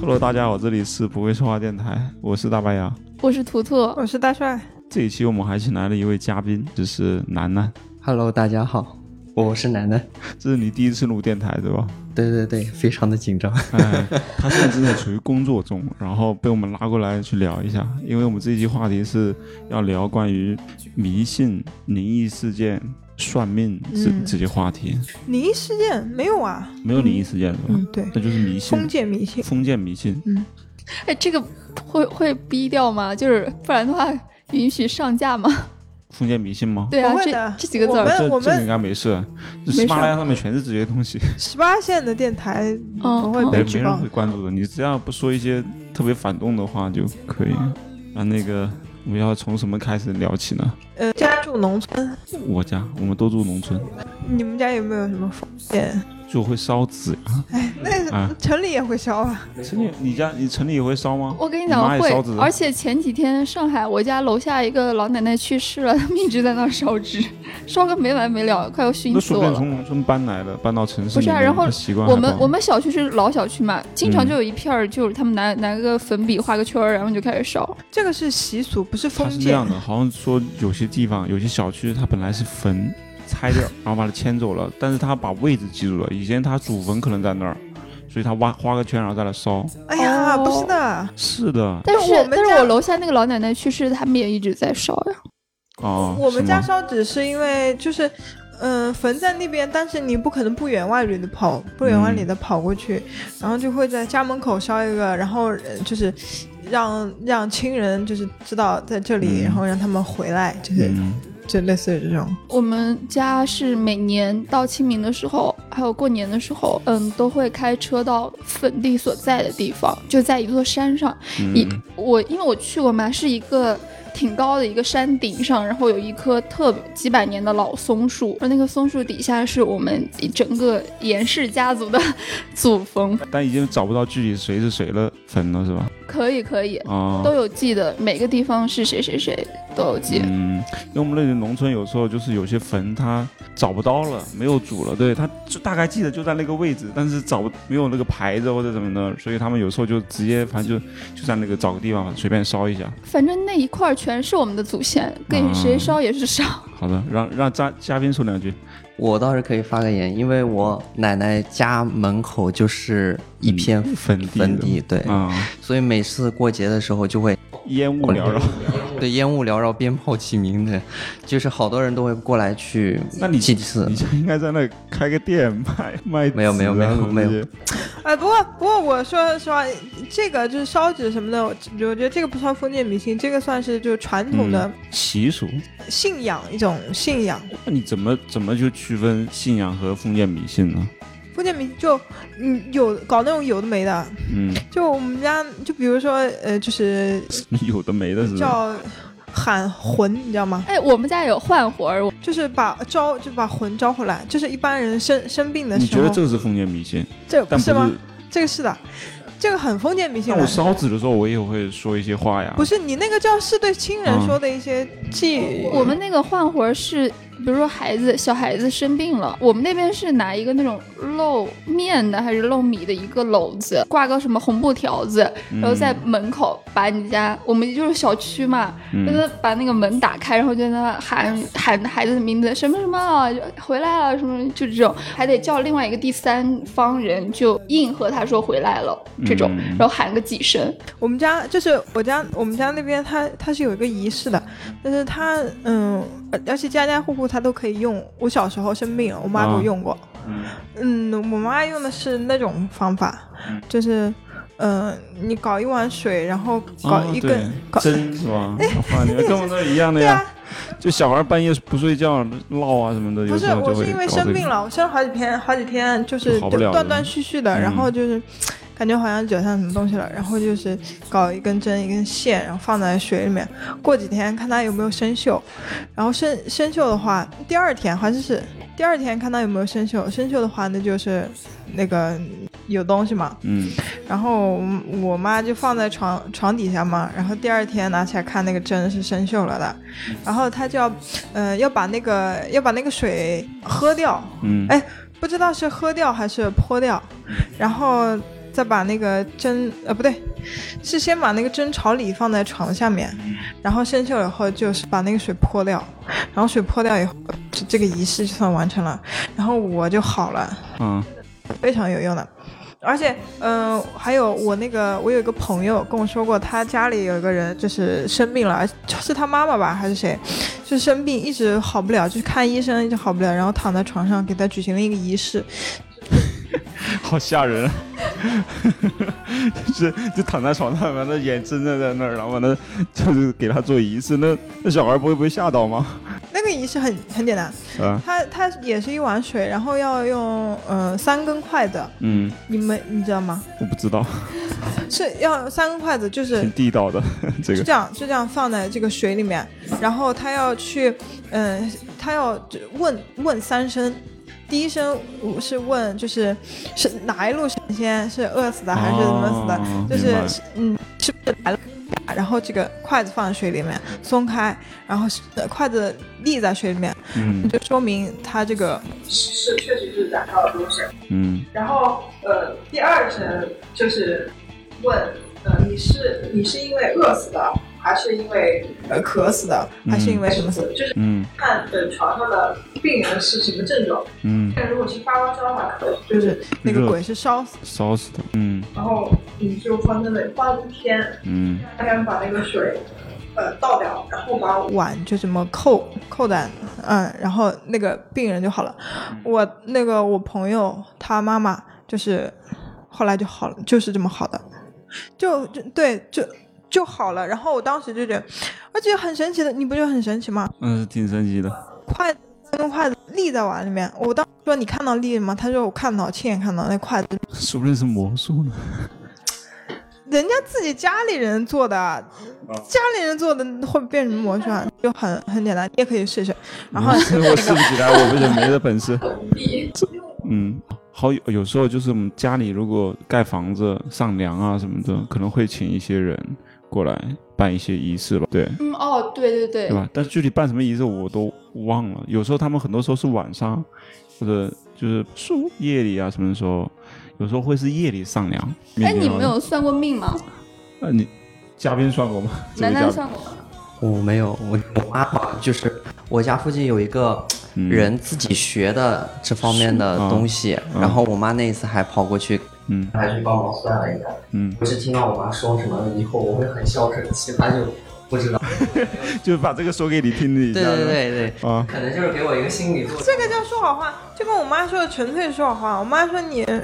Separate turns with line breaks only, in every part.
Hello，大家好，这里是不会说话电台，我是大白牙。
我是图图，
我是大帅，
这一期我们还请来了一位嘉宾，就是楠楠。
Hello，大家好，我是楠楠。
这是你第一次录电台对吧？
对对对，非常 的紧张。
哎，他现在正在处于工作中，然后被我们拉过来去聊一下，因为我们这一期话题是要聊关于迷信、灵异事件、算命这、
嗯
这些话题。
灵异事件没有啊？
没有灵异事件是吧？
嗯，对，
那就是迷信
封，建迷信。
封建迷信。
哎，这个会会逼掉吗？就是不然的话，允许上架吗？
封建迷信吗？
对啊
不，会
这
的
这几个字
我
儿，
们
这这
们
应该没事，这
没
喜
事
马拉雅上面全是这些东西，
十八线的电台
哦
不会
没
被
哎没
举
人
报
会。关注的。你只要不说一些特别反动的话就可以。啊，那个我们要从什么开始聊起呢？
呃，家住农村，
我家我们都住农村，
你们家有没有什么封建？
就会烧纸
哎，那
啊
城里也会烧啊。
呀。城里你家你城里也会烧吗？
我跟你
你妈
讲
也
会
烧纸，
而且前几天上海我家楼下一个老奶奶去世了， 他们一直在那儿烧纸， 烧个没完没了，快要熏
那
死
说不
我
定
了。
从农村搬来的，搬到城市
不是啊
里面
然后
她习惯
我
还
们
不好
我们小区是老小区嘛，经常
嗯
就有一片儿，就是他们拿 拿个粉笔画个圈儿，然后就开始烧。
这个是习俗，不是
它
封
是这
建
样。的，好像说有些地方有些小区它本来是坟，拆 掉然后把它迁走了，但是他把位置记住了，以前他祖坟可能在那儿，所以他挖画个圈然后在那烧。
哎呀，
哦
不是的，
是的，啊、
但
但
是
我们
但是
家
我楼下那个老奶奶去世，他们也一直在烧呀。
啊
我们家
哦是吗
烧纸是因为就是。嗯，坟在那边，但是你不可能不远万里的跑，不远万里的跑过
嗯
去，然后就会在家门口烧一个，然后呃就是让让亲人就是知道在这
嗯
里，然后让他们回来，就是、
嗯，
就类似于这种。
我们家是每年到清明的时候，还有过年的时候，嗯，都会开车到坟地所在的地方，就在一座山上。一
嗯
我因为我去过嘛，是一个挺高的一个山顶上，然后有一棵特别几百年的老松树，然后那个松树底下是我们整个严氏家族的 祖坟，
但已经找不到具体谁是谁的坟了，是吧？
可以可以，
啊、
都有记得每个地方是谁谁谁都有记。
嗯，因为我们那里农村有时候就是有些坟它找不到了，没有主了，对，他就大概记得就在那个位置，但是找不没有那个牌子或者怎么的，所以他们有时候就直接反正就就在那个找个地方随便烧一下。
反正那一块儿全是我们的祖先，给谁
嗯
烧也是烧。
好的，让让嘉嘉宾说两句。
我倒是可以发个言，因为我奶奶家门口就是一片
嗯坟地的
坟地，对，
啊、
所以每次过节的时候就会
烟雾缭绕。
对烟雾缭绕、鞭炮齐鸣的，就是好多人都会过来去
那你
祭祀
你。家应该在那开个店卖卖
没有没有
纸啊
没有没有
什么
哎，不过不过我说实话，这个就是烧纸什么的，我我觉得这个不算封建迷信，这个算是就是传统的
嗯习俗。
信仰、一种信仰。
那你怎么怎么就区分信仰和封建迷信呢？
封建迷就嗯有搞那种有的没的，
嗯，
就我们家就比如说呃就是
有的没的是吧？
叫喊魂，你知道吗？
哎，我们家有换魂
哦
儿，我
就是把招就把魂招回来，就是一般人生生病的
你
时
觉
候
得，这个是封建迷信？
这不
但不
是吗
是？。
这个是的，这个很封建迷信
但我
的。
烧纸的时候，我也会说一些话呀。
不是你那个叫是对亲
嗯
人说的一些寄语，
我们那个换魂儿是，比如说孩子小孩子生病了，我们那边是拿一个那种露面的还是露米的一个篓子，挂个什么红布条子，
嗯，
然后在门口把你家，我们就是小区嘛，就
嗯
是把那个门打开，然后就在那喊喊孩子的名字，什么什么啊就回来了，什么就这种，还得叫另外一个第三方人就应和他说回来了这种，
嗯
然后喊个几声，
我们家就是我家我们家那边它它是有一个仪式的，但是它嗯，而而且家家户户它都可以用。我小时候生病了，我妈给我
啊
用过。嗯，我妈用的是那种方法，就是嗯、呃你搞一碗水，然后搞
啊
一
对
根、搞。哎
针是吧？画你跟我那一样的
对
呀
啊，，
就小孩半夜不睡觉闹啊什么的，
不
有
是
时，候
我
就会
是因为
搞这
生
个
病了，我生了好几天，好几天就是
就好不了了
断断续续的，
嗯
然后就是感觉好像惹上什么东西了，然后就是搞一根针一根线，然后放在水里面，过几天看它有没有生锈，然后生生锈的话，第二天好像是第二天看它有没有生锈，生锈的话那就是那个有东西嘛，
嗯，
然后嗯我妈就放在床床底下嘛，然后第二天拿起来看那个针是生锈了的，然后她就要，呃，要把那个要把那个水喝掉，
嗯，
哎不知道是喝掉还是泼掉，然后再把那个针呃不对，是先把那个针朝里放在床下面，然后生锈以后就是把那个水泼掉，然后水泼掉以后，这这个仪式就算完成了，然后我就好了，
嗯，
非常有用的。而且，嗯、还有我那个，我有一个朋友跟我说过，他家里有一个人就是生病了，是他妈妈吧还是谁，就生病一直好不了，就是看医生一直好不了，然后躺在床上给他举行了一个仪式，
好吓人啊， 就是就躺在床上，完了眼睁睁在那儿，然后完了就是给他做仪式，那那小孩不会不会吓到吗？
那个仪式很很简单，
啊，
它它也是一碗水，然后要用呃三根筷子，
嗯，
你们你知道吗？
我不知道，
是要三根筷子，就是
挺地 道的这
就
个，
这样就这样放在这个水里面，然后他要去，嗯、他要问问三声。第一声是问，就是是哪一路神仙是饿死的还是怎么死的？
哦
就
明
是
白
是嗯，是不是来了？然后这个筷子放在水里面松开，然后是呃筷子立在水里面，
嗯
就说明它这个
是确实是打到了多少。
嗯
然后呃，第二层就是问呃，你是你是因为饿死的，还是因为嗯
呃渴死的，还是因为什么死的？
就是
嗯
看呃床上的病人是什么症状。
嗯，
但如果是发高烧的话，可能
就是那个鬼是烧死，
烧死的，嗯
然后你就放在那里放一天，
嗯
大家把那个水呃倒掉，然后把
碗就这么扣扣在，嗯，然后那个病人就好了。
嗯
我那个我朋友他妈妈就是后来就好了，就是这么好的，就就对就。就好了，然后我当时就觉得，而且很神奇的，你不觉得很神奇吗？
嗯，挺神奇的，
筷子跟筷子立在碗里面，我当时说你看到立吗？他说我看到，亲眼看到那筷子，
说不定是魔术呢，
人家自己家里人做的，家里人做的会变什么魔术啊？就很很简单，你也可以试试。然后
嗯我试不起来，我不行，没这本 事。嗯，好有有时候就是我们家里如果盖房子、上梁啊什么的，可能会请一些人过来办一些仪式吧，对
嗯，哦，对对对
对，吧？但是具体办什么仪式我都忘了。有时候他们很多时候是晚上，或者就是树夜里啊什么时候，有时候会是夜里上梁。
哎，
面
你
条的
们？有算过命吗？
呃，你嘉宾算过吗？这位
楠
嘉
楠
宾
算过吗？
我没有，我我妈好像就是我家附近有一个
嗯
人自己学的这方面的东西，
嗯
然后我妈那一次还跑过去，
嗯
还去帮忙算了一下。
嗯，
我是听到我妈说什么以后，我会很孝顺，其他就不知道。
就把这个说给你听一下。
对对对对，
对。啊，
可能就是给我一个心理作用。
这个叫说好话，就跟我妈说的纯粹说好话。我妈说你呃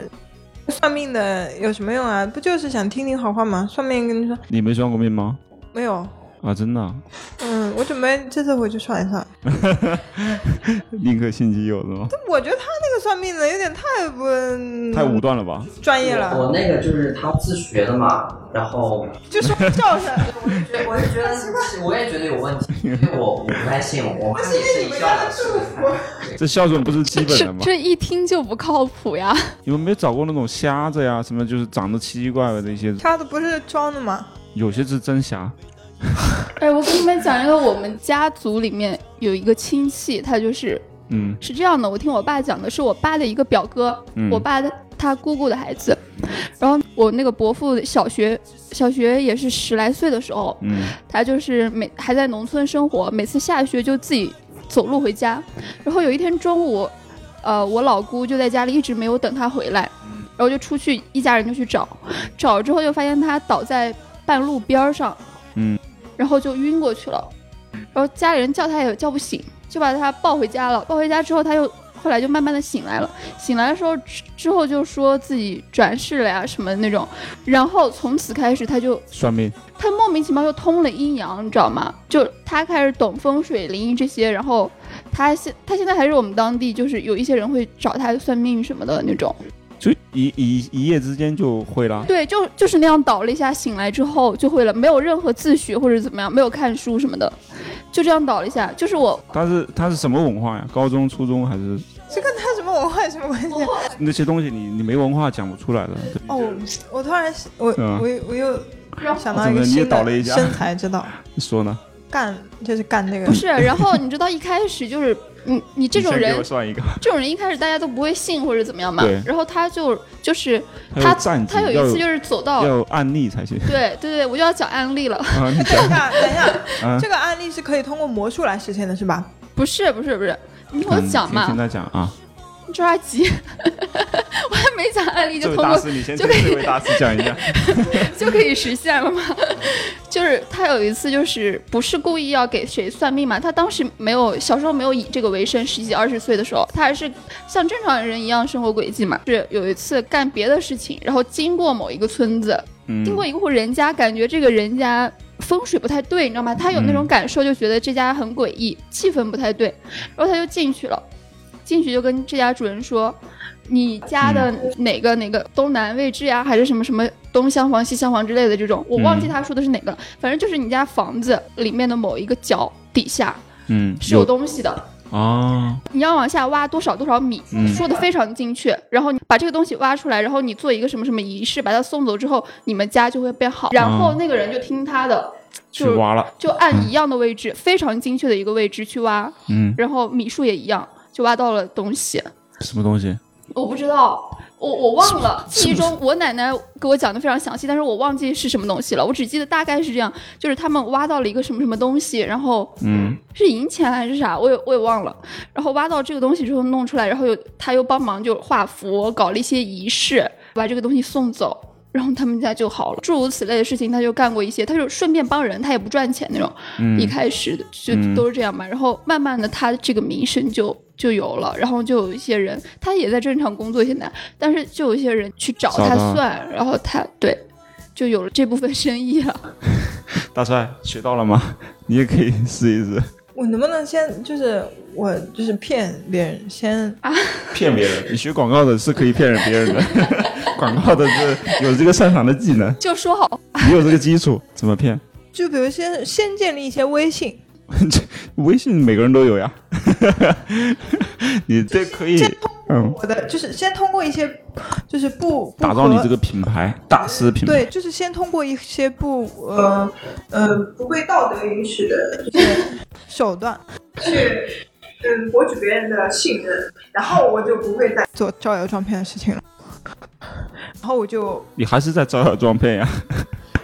算命的有什么用啊？不就是想听听好话吗？算命跟你说
你没算过命吗？
没有，
啊，真的啊、
嗯，我准备这次回去算一算。
宁可信其有是吗？
我觉得他那个算命的有点太不嗯
太武断了吧？
专业了，
我那个就是他自学的嘛，然后
就说叫声。
我也觉得，我也觉得有问题，因为我我不太信，我妈也是一笑了之才。
这孝顺不是基本的
这
吗？
这一听就不靠谱呀！
你们没找过那种瞎子呀，什么就是长得奇奇怪怪的一些，
他的不是装的吗？
有些是真瞎。
哎，我给你们讲一个，我们家族里面有一个亲戚，他就是
嗯
是这样的，我听我爸讲的是我爸的一个表哥，
嗯
我爸的他姑姑的孩子，然后我那个伯父小学小学也是十来岁的时候，
嗯
他就是每还在农村生活，每次下学就自己走路回家。然后有一天中午，呃，我老姑就在家里一直没有等他回来，然后就出去，一家人就去找，找了之后就发现他倒在半路边儿上，
嗯，
然后就晕过去了。然后家里人叫他也叫不醒，就把他抱回家了。抱回家之后，他又后来就慢慢的醒来了。醒来的时候之之后就说自己转世了呀什么那种，然后从此开始他就
算命。
他莫名其妙就通了阴阳，你知道吗？就他开始懂风水、灵异这些，然后他现他现在还是我们当地，就是有一些人会找他算命什么的那种。
就一一一夜之间就会啦。
对，就就是那样倒了一下，醒来之后就会了，没有任何自学或者怎么样，没有看书什么的，就这样倒了一下。就是 我
他是他是什么文化呀？高中、初中还是
这跟他什么文化有什么关系？
那些东西你？你没文化讲不出来的。对
哦，我突然我
嗯
我我又想到
怎
一
么
个
你也
新
倒了一
的
下
身材之道，
你说呢？
干就是干这个
不。是，然后你知道一开始就是你你这种
你先给
人
我，算一个，
这种人一开始大家都不会信或者怎么样嘛
对。
然后他就就是
还
他
有战绩，
他有
要
一次就是走到
要有案例 才行
对对对，我就要讲案例了。
啊！你讲
等一下，等一
嗯
下，这个案例是可以通过魔术来实现的，是吧？
不是不是不是，你听我
嗯
讲
听
嘛
听，他讲啊，
你抓急，我还没讲案例
这
就
位
通
大
过
师，你先
就
听
可以
这位大师讲 一下，
就可以实现了吗？就是他有一次就是不是故意要给谁算命嘛，他当时没有小时候没有以这个为生，十几二十岁的时候，他还是像正常人一样生活轨迹嘛。是有一次干别的事情，然后经过某一个村子，
嗯，
经过一户人家，感觉这个人家。风水不太对，你知道吗？他有那种
嗯
感受，就觉得这家很诡异，气氛不太对，然后他就进去了。进去就跟这家主人说：“你家的哪个哪个东南位置呀，还是什么什么东厢房、西厢房之类的这种，我忘记
嗯
他说的是哪个了。反正就是你家房子里面的某一个角底下
嗯
是有
有
东西的，
啊，
你要往下挖多少多少米，
嗯
说的非常精确。然后你把这个东西挖出来，然后你做一个什么什么仪式，把它送走之后，你们家就会变好。然后那个人就听他的，
啊去
就
挖了，
就按一样的位置，非常精确的一个位置去挖，
嗯，
然后米数也一样，就挖到了东西。
什么东西？
我不知道，我我忘了，记忆中我奶奶给我讲的非常详细，但是我忘记是什么东西了，我只记得大概是这样，就是他们挖到了一个什么什么东西，然后
嗯
是银钱还是啥，我也我也忘了，然后挖到这个东西之后弄出来，然后又他又帮忙就画符，搞了一些仪式，把这个东西送走。然后他们家就好了，诸如此类的事情，他就干过一些，他就顺便帮人，他也不赚钱那种。一
嗯
开始就
嗯
都是这样嘛，然后慢慢的他这个名声就就有了，然后就有一些人他也在正常工作现在，但是就有一些人去找
找
他
他
算，然后他对就有了这部分生意了。
大帅学到了吗？ 你也可以试一试，
我能不能先就是我就是骗别人先
骗别人。你学广告的是可以骗人别人的， 广告的是有这个擅长的技能，
就说好，
你有这个基础，怎么骗？
就比如先先建立一些微信，
微信每个人都有呀， 你这可以，嗯，
我的就是先通过一些就是不不
打造你
合
这个品牌，大师品牌。
对，就是先通过一些不呃
呃，不被道德允许的，就是
手段
去嗯博取别人的信任，然后我就不会再
做招摇撞骗的事情了。 然后我就
你还是在招摇撞骗呀？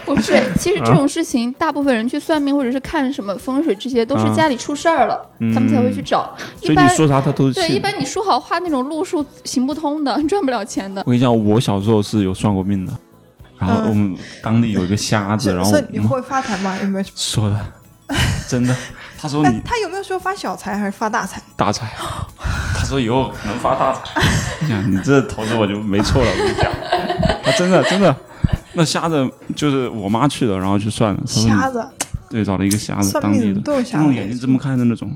不 是，其实这种事情大部分人去算命或者是看什么风水这些，都是
啊嗯
家里出事儿了，他们才会去找。
所
一
以你
般
说啥他都
对，
信
一般你说好话那种路数行不通的， 赚不了钱的。
我跟你讲，我小时候是有算过命的，然后
嗯
我们当地有一个瞎子，
是
然后
是你
我们嗯
会发财吗？有没有？
说的，真的，他说
但
你
他有没有说发小财还是发大财？
大财，他说以后能发大财。哎呀，你这投资我就没错了，我跟你讲，他真的真的，那瞎子就是我妈去的，然后去算的，他说
瞎
你
子
对找了一个瞎子，
算
当地
命
的
的，都有
就
瞎
那
子
种。眼睛这么看的那种，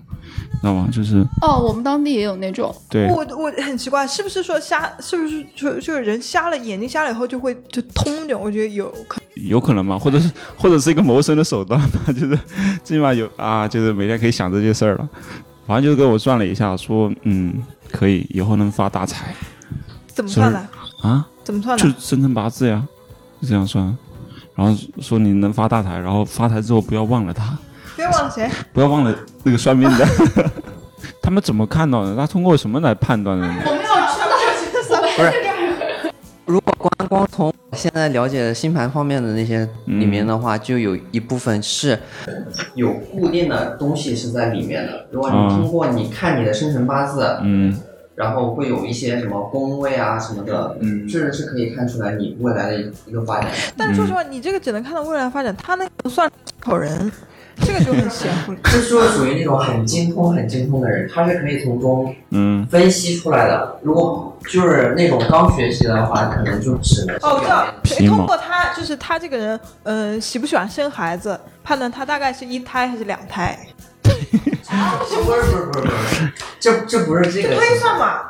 知道吗？就是
哦，我们当地也有那种，
对。
我我很奇怪，是不是说瞎？是不是就就是人瞎了眼睛瞎了以后就会就通的？我觉得有可能。
有可能吧，或者是或者是一个谋生的手段吧， 就是最起码有啊，就是每天可以想这些事儿了。反正就给我算了一下，说嗯，可以，以后能发大财
怎么算的？
啊，
怎么算
就
的？
生辰八字呀，就这样算。然后说你能发大财，然后发财之后不要忘了他，
别忘了谁？
不要忘了那个算命的。 他们怎么看到的？他通过什么来判断的呢？
如果光光从我现在了解的星盘方面的那些里面的话，就有一部分是有固定的东西是在里面的。如果
啊
你通过你看你的生辰八字，
嗯
然后会有一些什么宫位啊什么的，
嗯
这是可以看出来你未来的一个发展。
但是说
嗯
实话，你这个只能看到未来发展，他那个不算口人，这个就很邪乎了。
就是说属于那种很精通、很精通的人，他是可以从中
嗯，
分析出来的。如果就是那种刚学习的话，可能就只能 是
哦，我 知道
表面，
皮毛
通过他就是他这个人，嗯、喜不喜欢生孩子，判断他大概是一胎还是两胎。
不是不是不是不是，这这不是这个
推算嘛，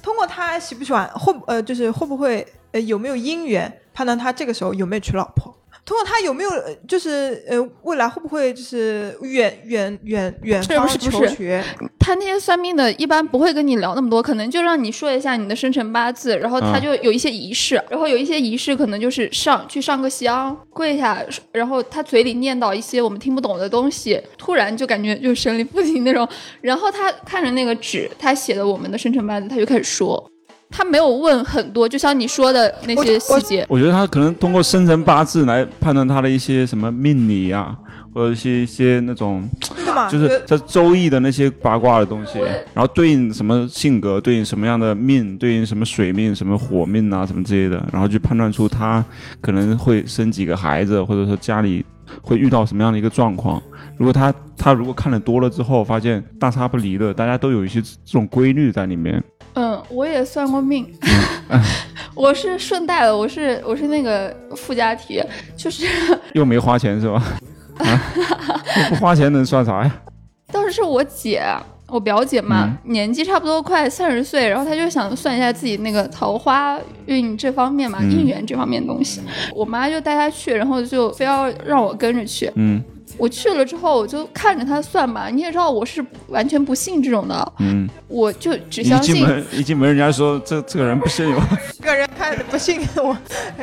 通过他喜不喜欢，会呃，就是会不会呃有没有姻缘，判断他这个时候有没有娶老婆。通过他有没有，呃就是呃，未来会不会就是远远远远
是不
方
是不
求
是
学？
他那些算命的，一般不会跟你聊那么多，可能就让你说一下你的生辰八字，然后他
啊
就有一些仪式，然后有一些仪式可能就是上去上个香，跪下，然后他嘴里念叨一些我们听不懂的东西，突然就感觉就神灵附体那种。然后他看着那个纸，他写的我们的生辰八字，他就开始说，他没有问很多，就像你说的那些
我
细节。
我觉得他可能通过生辰八字来判断他的一些什么命理啊，或者一些一些那种
对吗？
就是在周易的那些八卦的东西
对，
然后对应什么性格，对应什么样的命，对应什么水命、什么火命啊，什么之类的，然后去判断出他可能会生几个孩子，或者说家里会遇到什么样的一个状况。如果他他如果看的多了之后，发现大差不离的，大家都有一些这种规律在里面，
嗯，我也算过 命，我是顺带的，我是我是那个附加题，就是。
又没花钱是吧？啊，不花钱能算啥呀？
当时是我姐，我表姐嘛，
嗯
年纪差不多快三十岁，然后她就想算一下自己那个桃花运这方面嘛，
嗯
姻缘这方面的东西。我妈就带她去，然后就非要让我跟着去。
嗯
我去了之后，我就看着她算吧。你也知道我是完全不信这种的，
嗯，
我就只
一
相
进
信。
门一进门，人家说这这个人不信我，
个人看着不信我，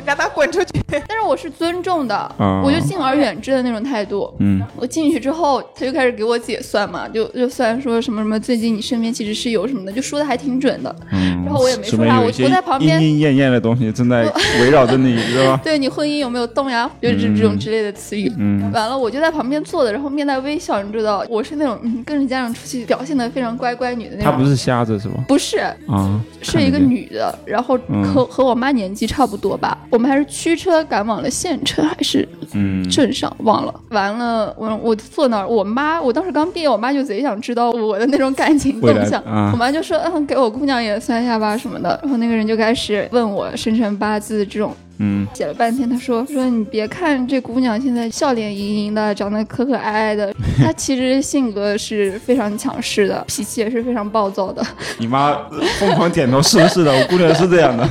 让他滚出去。
但是我是尊重的，
啊
我就敬而远之的那种态度。
嗯
我进去之后，他就开始给我姐算嘛，就就算说什么什么，最近你身边其实是有什么的，就说的还挺准的。
嗯，
然后我也没
说
说啥，我
有一些
我在旁边
莺莺燕燕的东西正在围绕着你，对吧？
对你啊婚姻有没有动呀？就是这
嗯
这种之类的词语。
嗯
完了，我就在旁边坐着，然后面带微笑，你知道，我是那种嗯跟着家长出去表现的非常乖乖女的那
她
种。
不是瞎子是吧？
不是，
啊，
是一个
看得见，
女的，然后和、
嗯
和我妈年纪差不多吧，我们还是驱车赶往了县城还是
嗯，
镇上，忘了。完了，我我坐那儿，我妈，我当时刚毕业，我妈就贼想知道我的那种感情
未来
动向。
啊
我妈就说：“嗯，给我姑娘也算一下吧什么的。”然后那个人就开始问我生辰八字这种
嗯
写了半天，他说说你别看这姑娘现在笑脸盈盈的，长得可可爱爱的，她其实性格是非常强势的，脾气也是非常暴躁的。
你妈疯狂点头，是的，是的，我姑娘是这样的，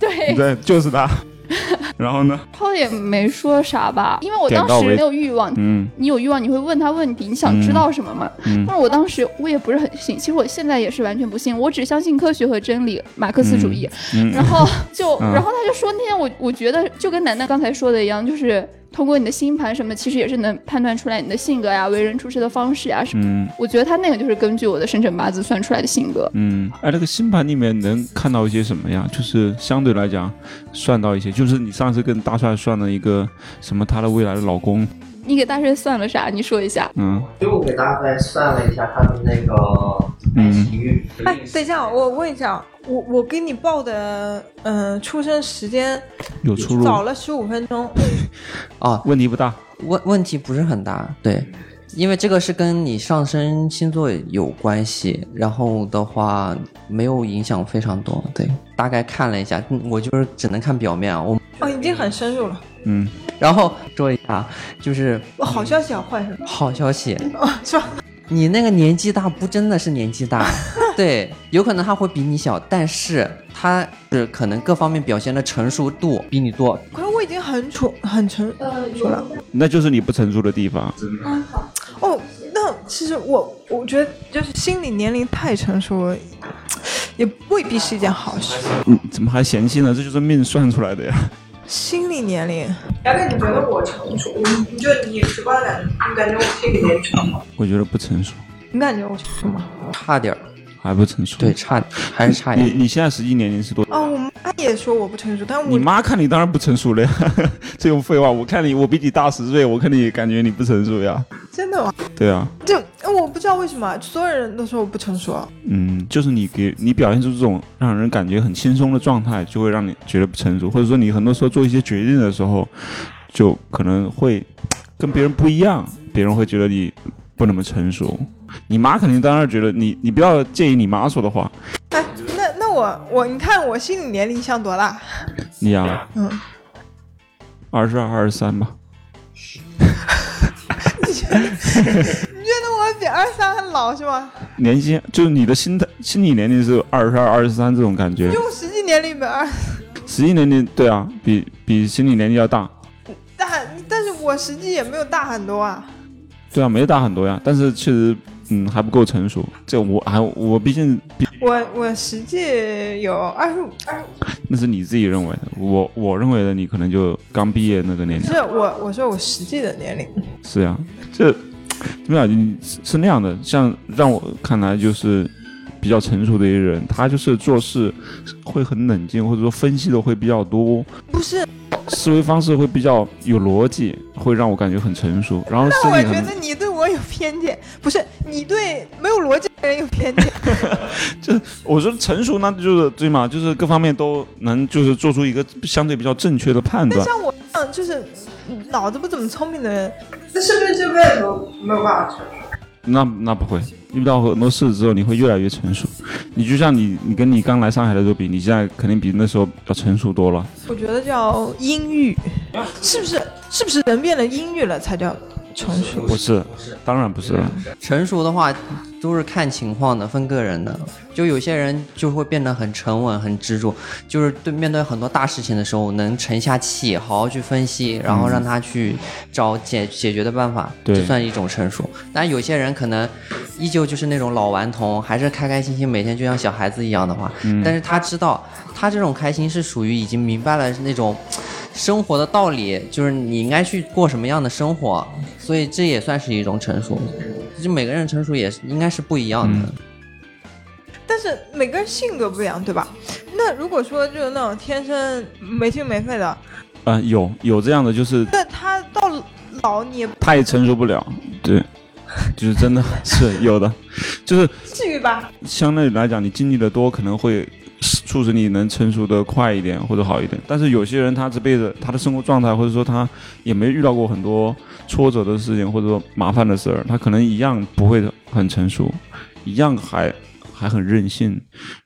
对，
对，就是她。然后呢？
他也没说啥吧，因为我
点
当
到
时
为
没有欲望。
嗯
你有欲望，你会问他问题，你想知道什么嘛？
嗯
但是我当时我也不是很信，其实我现在也是完全不信，我只相信科学和真理，马克思主义。
嗯
然后就，
嗯
然后他就说那天我我觉得就跟楠楠刚才说的一样，就是通过你的星盘什么，其实也是能判断出来你的性格呀、为人处事的方式呀什么。
嗯
我觉得他那个就是根据我的生辰八字算出来的性格。
嗯，哎，那个星盘里面能看到一些什么呀？就是相对来讲，算到一些，就是你上次跟大帅算了一个什么她的未来的老公，
你给大帅算了啥？你说一下。
嗯
就给大概算了一下他的那个爱情运。
哎，等一下，我问一下，我我给你报的，嗯、出生时间
有出入，
早了十五分钟，
哦，
问题不大。
问问题不是很大，对，因为这个是跟你上升星座有关系，然后的话没有影响非常多，对，大概看了一下，嗯我就是只能看表面啊，我
哦，已经很深入了。
嗯，
然后说一下，就是
哇，好消息啊，坏消息
好消息，
啊，是吧？
你那个年纪大不真的是年纪 大，对，有可能他会比你小，但是他是可能各方面表现的成熟度比你多，
可是我已经很处很成熟了。
那就是你不成熟的地方。
哦，那其实我我觉得就是心理年龄太成熟了，也未必是一件好事。
嗯，怎么还嫌弃呢？这就是命算出来的呀。
心理年龄，
杨哥，你觉得我成熟？你你就你直观的感觉，你感觉我心里面成熟？
我觉得不成熟，
你感觉我成熟吗？
差点儿，
还不成熟。
对，，差还是差一
你
点。
你现在实际年龄是多？
哦，我妈也说我不成熟，但我
你妈看你当然不成熟了呀， 这种废话。我看你，我比你大十岁，我看你感觉你不成熟呀。
真的吗？
对啊，
就我不知道为什么，啊所有人都说我不成熟。啊
嗯，就是你给你表现出这种让人感觉很轻松的状态，就会让你觉得不成熟，或者说你很多时候做一些决定的时候，就可能会跟别人不一样，别人会觉得你不那么成熟。你妈肯定当然觉得你，你不要介意你妈说的话，
哎，那那我我你看我心理年龄像多大？
你呀，
嗯，
二十二、二十三吧。
你觉得我比二三还老是吗？
年纪就是你的心态、心理年龄是二十二、二十三这种感觉
因，为我实际年龄比二
实际年龄对啊，比比心理年龄要大，
大，但是我实际也没有大很多啊。
对啊，没大很多呀，但是确实嗯还不够成熟。这我还我毕竟毕
我我实际有二十五，二十五
那是你自己认为的，我我认为的你可能就刚毕业那个年纪
不。是我我说我实际的年龄，
是呀、这怎么讲？你是是那样的，像让我看来就是比较成熟的一个人，他就是做事会很冷静，或者说分析的会比较多，
不是，
思维方式会比较有逻辑，会让我感觉很成熟。然后
我
身体
觉
很
得你对我有偏见，不是你对没有逻辑的人有偏见，
我说成熟呢，就是对嘛，就是各方面都能就是做出一个相对比较正确的判
但
断。
像我这样就是脑子不怎么聪明的人，
那是不是这辈子都没有办法成熟？
那那不会，遇到很多事之后，你会越来越成熟。你就像你，你跟你刚来上海的时候比，你现在肯定比那时候要成熟多了。
我觉得叫阴郁，是不是？是不是人变得阴郁了才叫成熟？
不是，当然不是了。
成熟的话都是看情况的，分个人的。就有些人就会变得很沉稳、很执着，就是对面对很多大事情的时候，能沉下气，好好去分析，然后让他去找解解决的办法，
对
这算一种成熟。但有些人可能依旧就是那种老顽童，还是开开心心，每天就像小孩子一样的话，
嗯
但是他知道，他这种开心是属于已经明白了那种。生活的道理就是你应该去过什么样的生活，所以这也算是一种成熟。就每个人成熟也是应该是不一样的。
但是每个人性格不一样，对吧？那如果说就是那种天生没心没肺的，
嗯、有有这样的，就是
那他到老你也不
他也成熟不了，对，就是真的 是有的，就是
至于吧？
相对来讲，你经历的多，可能会促使你能成熟的快一点或者好一点。但是有些人他这辈子他的生活状态，或者说他也没遇到过很多挫折的事情，或者说麻烦的事儿，他可能一样不会很成熟，一样还还很任性，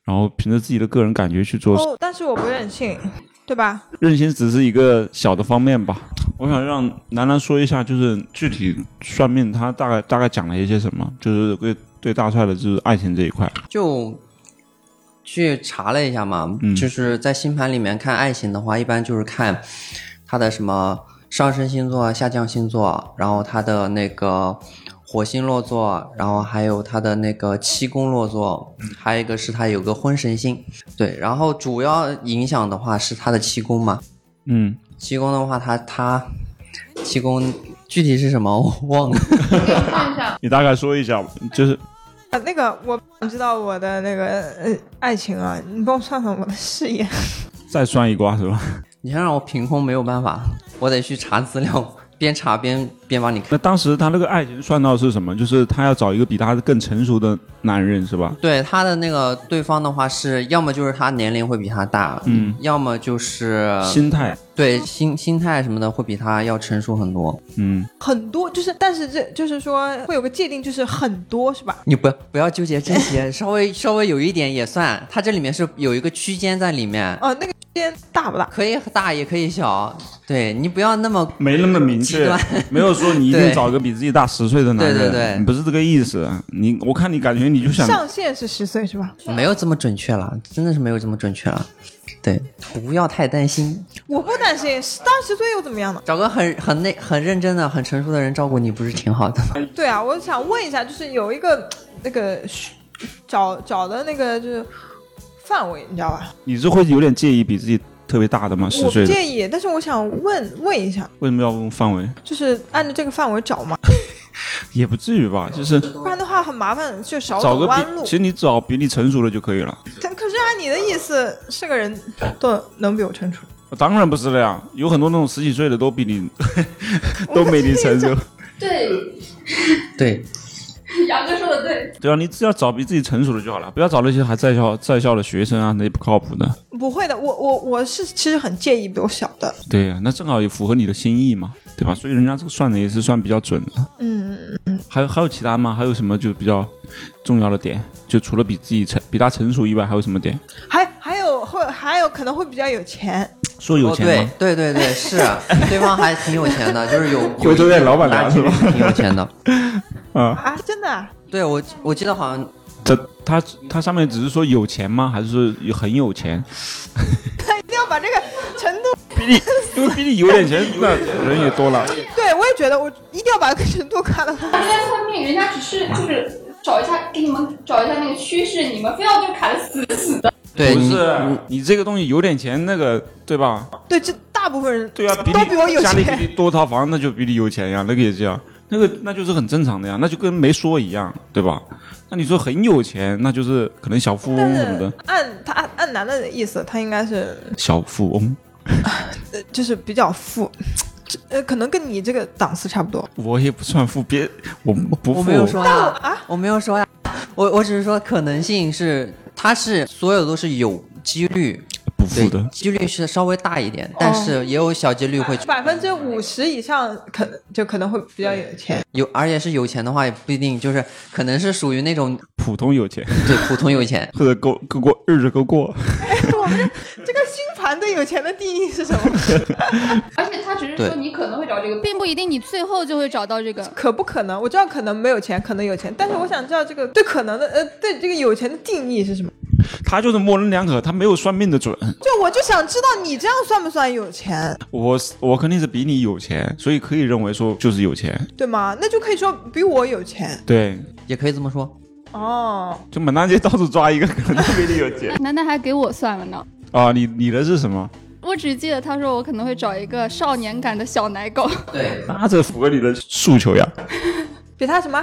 然后凭着自己的个人感觉去做事。
哦，但是我不任性，对吧？
任性只是一个小的方面吧。我想让楠楠说一下，就是具体算命他大概大概讲了一些什么，就是对对大帅的就是爱情这一块。
就去查了一下嘛，
嗯
就是在星盘里面看爱情的话，一般就是看他的什么上升星座、下降星座，然后他的那个火星落座，然后还有他的那个七宫落座，还有一个是他有个婚神星。对，然后主要影响的话是他的七宫嘛，
嗯，
七宫的话他他七宫具体是什么我忘了。
给我看一下，
你大概说一下吧，就是
啊，那个我不想知道我的那个呃爱情啊，你帮我算算我的事业。
再算一卦是吧？
你先让我凭空没有办法，我得去查资料，边查边边帮你看。
那当时他那个爱情算到是什么？就是他要找一个比他更成熟的男人是吧？
对他的那个对方的话是，要么就是他年龄会比他大，
嗯，
要么就是
心态，
对心心态什么的会比他要成熟很多。
嗯，
很多就是，但是这就是说会有个界定，就是很多是吧？
你不不要纠结这 些，稍微稍微有一点也算，他这里面是有一个区间在里面，
哦、那个区间大不大？
可以大也可以小，对你不要那么
没那么明
极
确
端，
没有说你一定
对
找一个比自己大十岁的男人，
对对对
你不是这个意思。你我看你感觉你就想
上限是十岁是吧？
没有这么准确了，真的是没有这么准确了。对，不要太担心，
我不担心，到十岁又怎么样呢？
找个很很那很认真的、很成熟的人照顾你，不是挺好的吗？
对啊，我想问一下，就是有一个那个需找找的那个就是范围，你知道吧？
你是会有点介意比自己特别大的吗？十
我不
岁的
介意，但是我想问问一下，
为什么要问范围？
就是按照这个范围找嘛，
也不至于吧，就是
不然的话很麻烦，就少
找
走
个比
弯，路
其。实你找比你成熟的就可以了。
但可是按你的意思，是个人都能比我成熟，
当然不是了呀，有很多那种十几岁的都比你 都没你成熟。
对，
对，
杨哥说的对，
对啊，你只要找比自己成熟的就好了，不要找那些还在校在校的学生啊，那些不靠谱的。
不会的。我我我是其实很介意比我小的，
对呀、那正好也符合你的心意嘛，对吧？所以人家这个算的也是算比较准的。
嗯，
还有还有其他吗？还有什么就比较重要的点？就除了比自己成比他成熟以外，还有什么点？
还还有会还有可能会比较有钱，
说有钱吗？
哦、对对对对，是啊对方还挺有钱的，就是有
回头给老板
大
聊是吧
挺有钱的。
啊，真的啊
对我我记得好像
这他他上面只是说有钱吗？还是说有很有钱？
一定要把这个程度，
比你因为比你有点钱，那人也多了。
对我也觉得我一定要把这个程度看得很
人家算命，人家只是就是。找一下，给你们找一下那个趋势，你们非要就砍死死的。
对，
不
你
是你这个东西有点钱，那个对吧？
对，这大部分人
对啊，比
都比我有
家里比
钱。
你多套房，那就比你有钱呀，那个也这样，那个那就是很正常的呀，那就跟没说一样，对吧？那你说很有钱，那就是可能小富
但
翁什么
是
的，
按他按按男的意思，他应该是
小富翁。
呃就是比较富，这呃，可能跟你这个档次差不多。
我也不算富，别我不富，
我没有说呀，啊我没有说呀，我我只是说可能性是，它是所有都是有几率，
不
对
富的，。
几率是稍微大一点，但是也有小几率会
百分之五十以上可就可能会比较有钱。
有，而且是有钱的话也不一定，就是可能是属于那种
普通有钱
对普通有钱，
或者够够过日子够过。
我们这这个星盘对有钱的定义是什么？
而且他只是
对
说你可能会找这个，并不一定你最后就会找到这个。
可不可能？我知道可能没有钱，可能有钱，但是我想知道这个对可能的呃对这个有钱的定义是什么？
他就是模棱两可，他没有算命的准。
就我就想知道你这样算不算有钱，
我我肯定是比你有钱，所以可以认为说就是有钱。
对吗？那就可以说比我有钱
对，
也可以这么说。
哦。
就满大街到处抓一个，可能就比你有钱
楠楠还给我算了呢，
啊！你你的是什么？
我只记得他说我可能会找一个少年感的小奶狗。
对
那这符合你的诉求呀。
比他什么？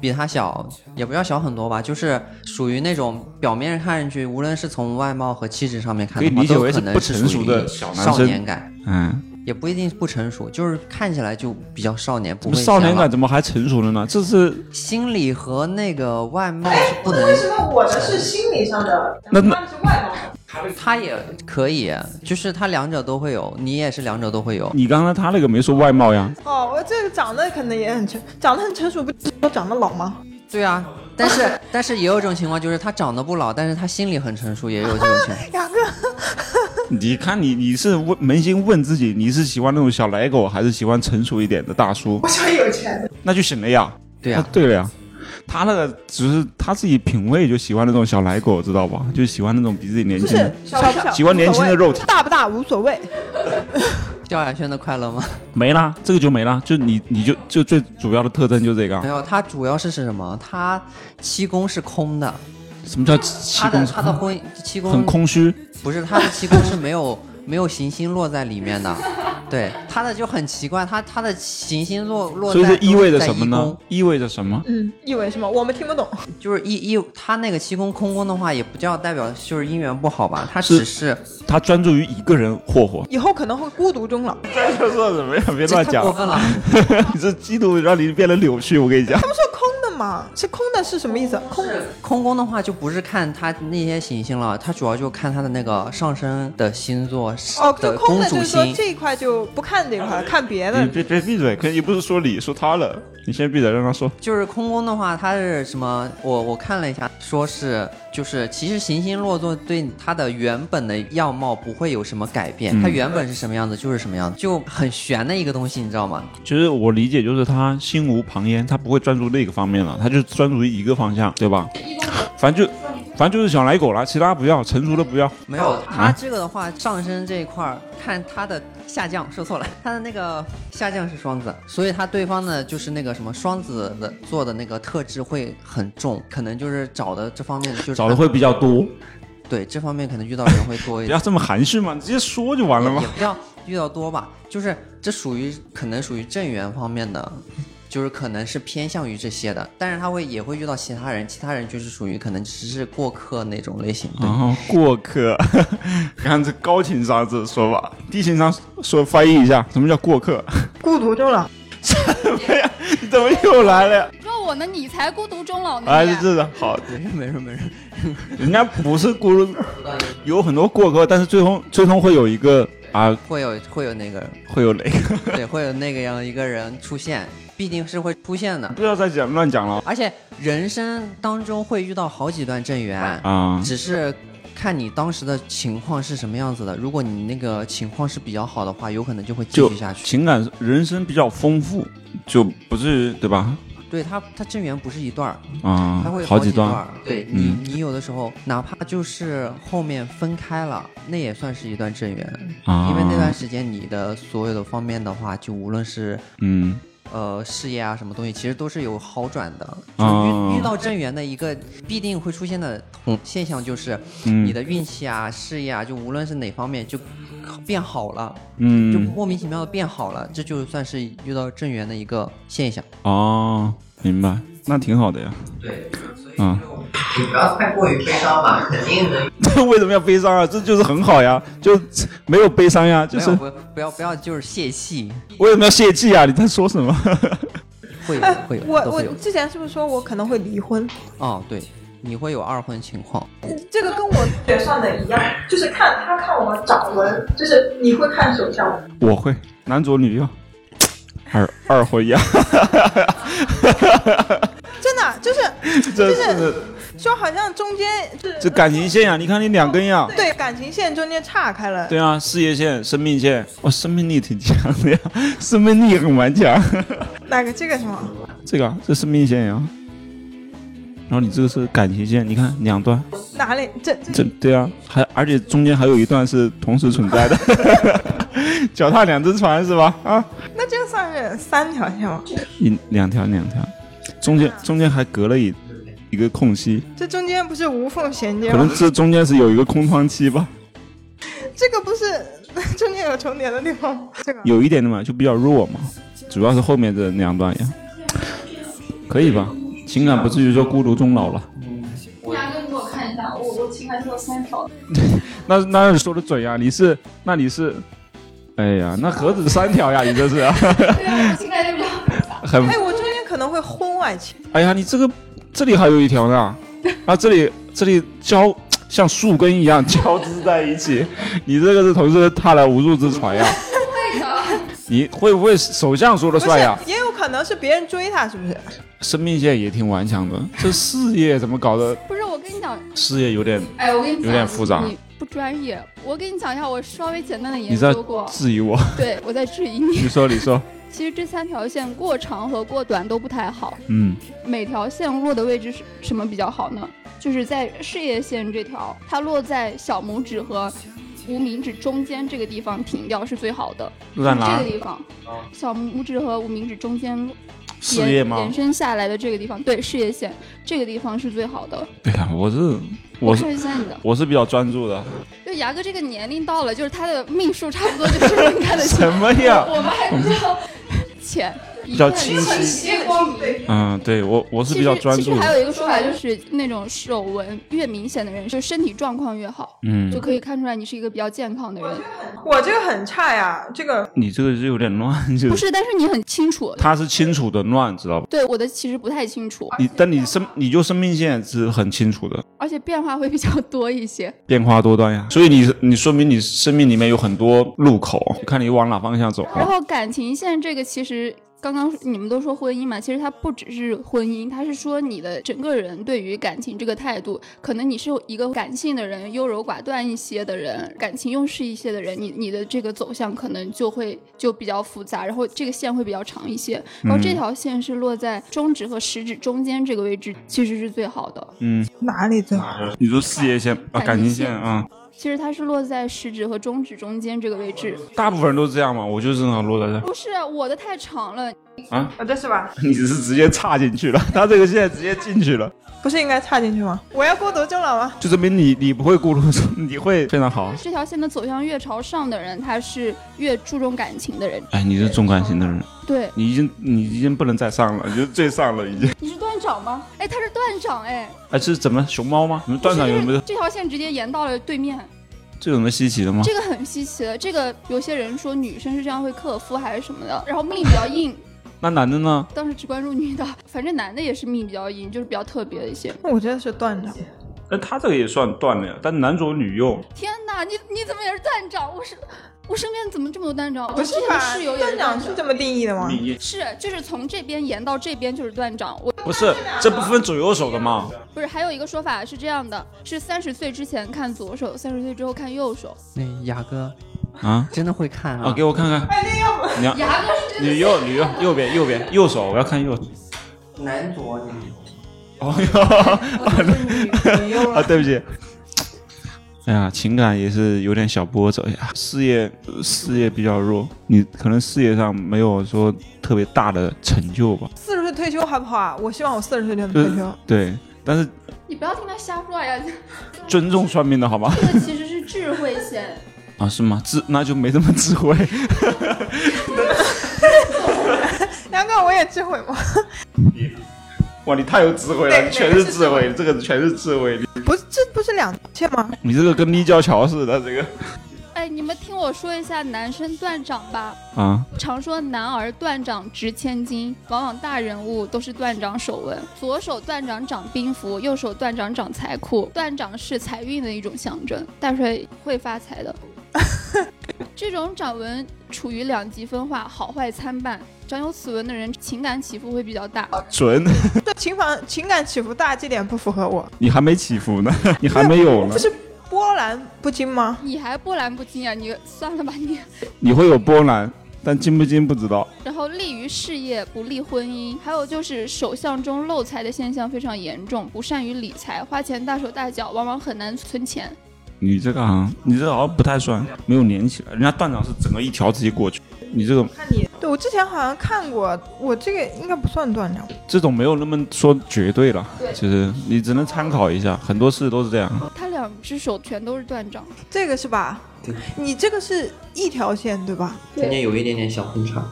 比他小，也不要小很多吧，就是属于那种表面看上去，无论是从外貌和气质上面看
可以
的话，
理解
都
为是
可能
不
是
成
属
熟
于
的小男
少
生
年感，
嗯，
也不一定不成熟，就是看起来就比较少年，不
怎
会
么少年
显老
感怎么还成熟了呢？这是
心理和那个外貌是不能
为，什么我的是心理上的，
那
他们是外貌的？
他也可以，就是他两者都会有，你也是两者都会有。
你刚才他那个没说外貌呀，
哦，我这个长得可能也很成，长得很成熟，不是说长得老吗？
对啊，但是但是也有一种情况，就是他长得不老，但是他心里很成熟，也有这种 情况。
杨哥，
嗯你看你你是问扪心问自己，你是喜欢那种小奶狗，还是喜欢成熟一点的大叔
我？想有钱的，
那就行了呀。
对
啊
啊，
对了呀，他那个只是他自己品味就喜欢那种小奶狗，知道吧？就喜欢那种比自己年
不
轻
是
的。
小不小，
喜欢年轻的肉体
无所谓大不大无所谓。
萧亚轩的快乐吗？
没啦，这个就没啦，就你你就就最主要的特征就这个
没
啊。
有，他主要是是什么？他七宫是空的，
什么叫气
他的
功？
他的婚七宫
很空虚，
不是他的七宫是没有 没有行星落在里面的。对，他的就很奇怪，他他的行星落落在
所以这意味着什么？
都是在一
呢
宫？
意味着什么？
嗯，意味什么？我们听不懂。
就是一一，他那个七宫空宫的话，也不叫代表就是姻缘不好吧，他
是
只是
他专注于一个人霍 霍。
以后可能会孤独终老。
这就说什么呀？别
这太过分了。
你这嫉妒让你变得扭曲。我跟你讲，
他们说空的嘛，是空的是什么意
哦
思？空
空宫的话就不是看他那些行星了，他主要就看他的那个上升的星座
哦，就
的
空
公
的就
主
是说
星。
这一块就不看这一
哎
块了，看别的
你。别别闭嘴，可也不是说你，说他了。你先闭嘴，让他说。
就是空宫的话，它是什么？我我看了一下，说是就是其实行星落座对它的原本的样貌不会有什么改变，
嗯
它原本是什么样子就是什么样子，就很玄的一个东西，你知道吗？
其实我理解就是他心无旁骛，他不会专注那个方面了，他就专注于一个方向，对吧？反正就反正就是小奶狗了，其他不要，成熟的不要。
没有，
哦
它这个的话，上升这一块儿看它的下降，说错了，它的那个下降是双子，所以它对方呢就是那个什么双子的做的那个特质会很重，可能就是找的这方面就是
找的会比较多，
对这方面可能遇到人会多一
不
点
要，这么含蓄嘛，你直接说就完了
也
嘛
也。不叫遇到多吧，就是这属于可能属于正缘方面的。就是可能是偏向于这些的，但是他会也会遇到其他人，其他人就是属于可能只是过客那种类型。对，
然后过客，你看这高情商这说法，低情商说翻译一下，什么叫过客？
孤独终老，
你怎么又来了呀？
你说我呢？你才孤独终老呢？
哎，
你
是的，好，
没事没事，
人家不是孤独，有很多过客，但是最终最终会有一个啊，
会有会有那个
会有哪个？
对，会有那个样一个人出现，必定是会出现的。
不要再讲乱讲了
而且人生当中会遇到好几段正缘，
啊！
只是看你当时的情况是什么样子的。如果你那个情况是比较好的话，有可能就会继
就
续下去。
情感人生比较丰富，就不至于对吧？
对他，他正缘不是一段儿，
啊
他会，有
好
几
段嗯
儿。对你，你有的时候哪怕就是后面分开了，那也算是一段正缘，
啊，
因为那段时间你的所有的方面的话，就无论是
嗯
呃事业啊什么东西，其实都是有好转的。就
哦
遇遇到正缘的一个必定会出现的同现象就是，
嗯
你的运气啊、事业啊，就无论是哪方面就变好了，就
嗯，
莫名其妙的变好了，这就算是遇到正缘的一个现象。
哦，明白，那挺好的呀。
对，所以
嗯
就你不要太过于悲伤嘛，肯定能
这 为什么要悲伤啊？这就是很好呀，就没有悲伤呀，就
没
是
有，不不要不要就是泄气，
为什么要泄气啊？你在说什么？
会有会有
哎呃我
都
我
会有。
之前是不是说我可能会离婚？
哦，对，你会有二婚情况。
这个跟我
学上的一样，就是看他看我掌纹，就是你会看手相吗？
我会男左女右，二二婚呀，
真的就是
这
就是
是
说好像中间
这感情线呀，你看你两根呀。
对感情线中间岔开了。
啊对啊，事业线、生命线，哇，生命力挺强的呀， 生命力很顽强。
哪个这个什么？
这个啊这生命线呀，然后你这个是感情线，你看两段，
哪里？这这
这对啊，还而且中间还有一段是同时存在的， 脚踏两只船是吧？啊，
那这个算是三条线吗？
一两条两条，中间中间还隔了一一个空隙，
这中间不是无缝衔接
可能
吗？
这中间是有一个空窗期吧，
这个不是 中间有重叠的地方吗？这个
有一点的嘛，就比较弱嘛，主要是后面这两段呀，可以吧？情感不至于说孤独终老了，
大哥，你给我看一下，我我情感线三条，
那那你说的准呀，你是那你是，哎呀，那何止三条呀，你这是、
对啊，我情感线比较
很
哎，我中间可能会婚外情，
哎呀，你这个这里还有一条 呢，啊，这里这里交像树根一样交织在一起，你这个是同时踏了无数只船 呀。你会不会首相说了
不
算
是
呀？，
也有可能是别人追他，是不是？
生命线也挺顽强的，这事业怎么搞的？
不是，我跟你讲，
事业有点
哎，我跟你讲，
有点复杂
你不专业。我跟你讲一下，我稍微简单的研
你在
究过，
质疑 我，
对我在质疑你。
你说你说，
其实这三条线过长和过短都不太好，
嗯，
每条线落的位置是什么比较好呢？就是在事业线这条，它落在小拇指和无名指中间这个地方停掉是最好的，
落在
就是
哪啊
这个地方，小拇指和无名指中间
事业
延
吗
延？伸下来的这个地方，对事业线这个地方是最好的。
对呀，我是我是
看一下你的，
我是比较专注的。
就牙哥这个年龄到了，就是他的命数差不多就是应该的
什么呀？
我们还比较浅，
比较清晰
月光明。
嗯，对我我是
其
比较
实
专
其实
注
还
的。
有一个说法就是，那种手纹越明显的人，就是身体状况越好，
嗯
就，可以看出来你是一个比较健康的人。
我这个很差呀，这个
你这个是有点乱，就
不
是
是，但是你很清楚。
他是清楚的乱，知道吧？
对我的其实不太清楚，
你但你生你就生命线是很清楚的，
而且变化会比较多一些。
变化多端呀。所以你你说明你生命里面有很多路口，看你往哪方向走啊
然
了。
后感情线这个其实。刚刚你们都说婚姻嘛，其实它不只是婚姻，它是说你的整个人对于感情这个态度，可能你是一个感性的人，优柔寡断一些的人，感情用事一些的人，你你的这个走向可能就会就比较复杂，然后这个线会比较长一些，然后这条线是落在中指和食指中间这个位置，其实是最好的。
嗯，
哪里最好？
你说事业线啊，感
感
情
情
线
线
啊，
其实它是落在食指和中指中间这个位置，
大部分人都这样嘛。我就是那落在这，
不是我的太长了，
我这是吧？
你只是直接插进去了， 他这个现在直接进去了，
不是应该插进去吗？我要孤独终老吗？
就证明你你不会孤独，你会非常好。
这条线的走向越朝上的人，他是越注重感情的人。
哎，你是重感情的人，
对，
你已经你已经不能再上了，你就最上了已经。
你是段长吗？哎，他是段长哎，
哎，这是怎么熊猫吗？你们断掌有没有？
这条线直接延到了对面，
啊这有什么稀奇的吗？
这个很稀奇的。这个有些人说女生是这样会克夫还是什么的，然后命比较硬。
那男的呢？
当时只关注女的，反正男的也是命比较硬，就是比较特别的一些。
我这是断掌，
那他这个也算断了呀，但男左女右，
天哪，你你怎么也是段长？我是我身边怎么这么多段长？
不是
我之前
吧
的？室友也
断
是
掌
段
是
长。
这么定义的吗？
你
是，就是从这边延到这边就是段长，我
不是，这不分左右手的吗？
不是，还有一个说法是这样的：是三十岁之前看左手，三十岁之后看右手。
那雅哥
啊
真的会看啊！
啊，给我看看，你要
牙哥是
你右你右右边右边右手，我要看右手。
男左女
哦哟，
女右
啊，对不起，哎呀，情感也是有点小波折呀。事业呃事业比较弱，你可能事业上没有说特别大的成就吧。
四十岁退休好不好啊？我希望我四十岁就能
就
退
是
休。
对，但是
你不要听他瞎说呀，
尊重算命的好吗？
这个其实是智慧线。
啊，是吗？智那就没这么智慧。
杨哥，我也智慧吗？
哇，你太有智慧了，
对
你全是智慧，这个这个全是智慧。你
不是，这不是两件吗？
你这个跟立交桥似的，这个
哎，你们听我说一下男生断掌吧。
啊，
常说男儿断掌值千金，往往大人物都是断掌手纹，左手断掌掌兵符，右手断掌掌财库。断掌是财运的一种象征，带出来会发财的。这种掌纹处于两极分化，好坏参半。长有此纹的人情感起伏会比较大，
啊准，
对情感情感起伏大，这点不符合我。
你还没起伏呢， 你还没有 呢
不，是波澜不惊吗？
你还波澜不惊啊！你算了吧你。
你会有波澜，但精不精不知道。
然后利于事业，不利婚姻。还有就是手相中漏财的现象非常严重，不善于理财，花钱大手大脚，往往很难存钱。
你这个好像，你这个好像不太算，没有连起来。人家断掌是整个一条直接过去，你这个
看你，对我之前好像看过，我这个应该不算断掌。
这种没有那么说绝对了，就是你只能参考一下，很多事都是这样。
他两只手全都是断掌，
这个是吧？
对
你这个是一条线对吧？
中间有一点点小分叉。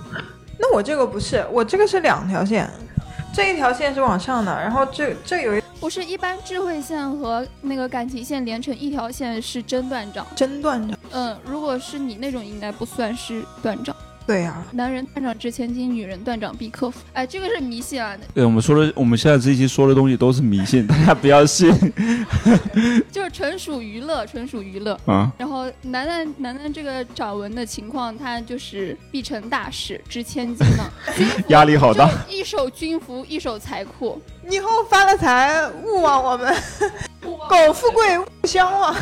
那我这个不是，我这个是两条线，这一条线是往上的，然后这这有一
不是一般智慧线和那个感情线连成一条线是真断掌。
针断掌。
嗯，如果是你那种应该不算是断掌。
对呀、
男人断掌值千金，女人断掌必克夫。哎，这个是迷信啊，
对，我们说的，我们现在这一期说的东西都是迷信，大家不要信
就是纯属娱乐，纯属娱乐。
啊。
然后楠楠楠楠这个掌纹的情况，他就是必成大事，值千金呢，军服
压力 好大，
就一手军服，一手财库。
你以后发了财，勿忘我们，苟富贵勿相忘。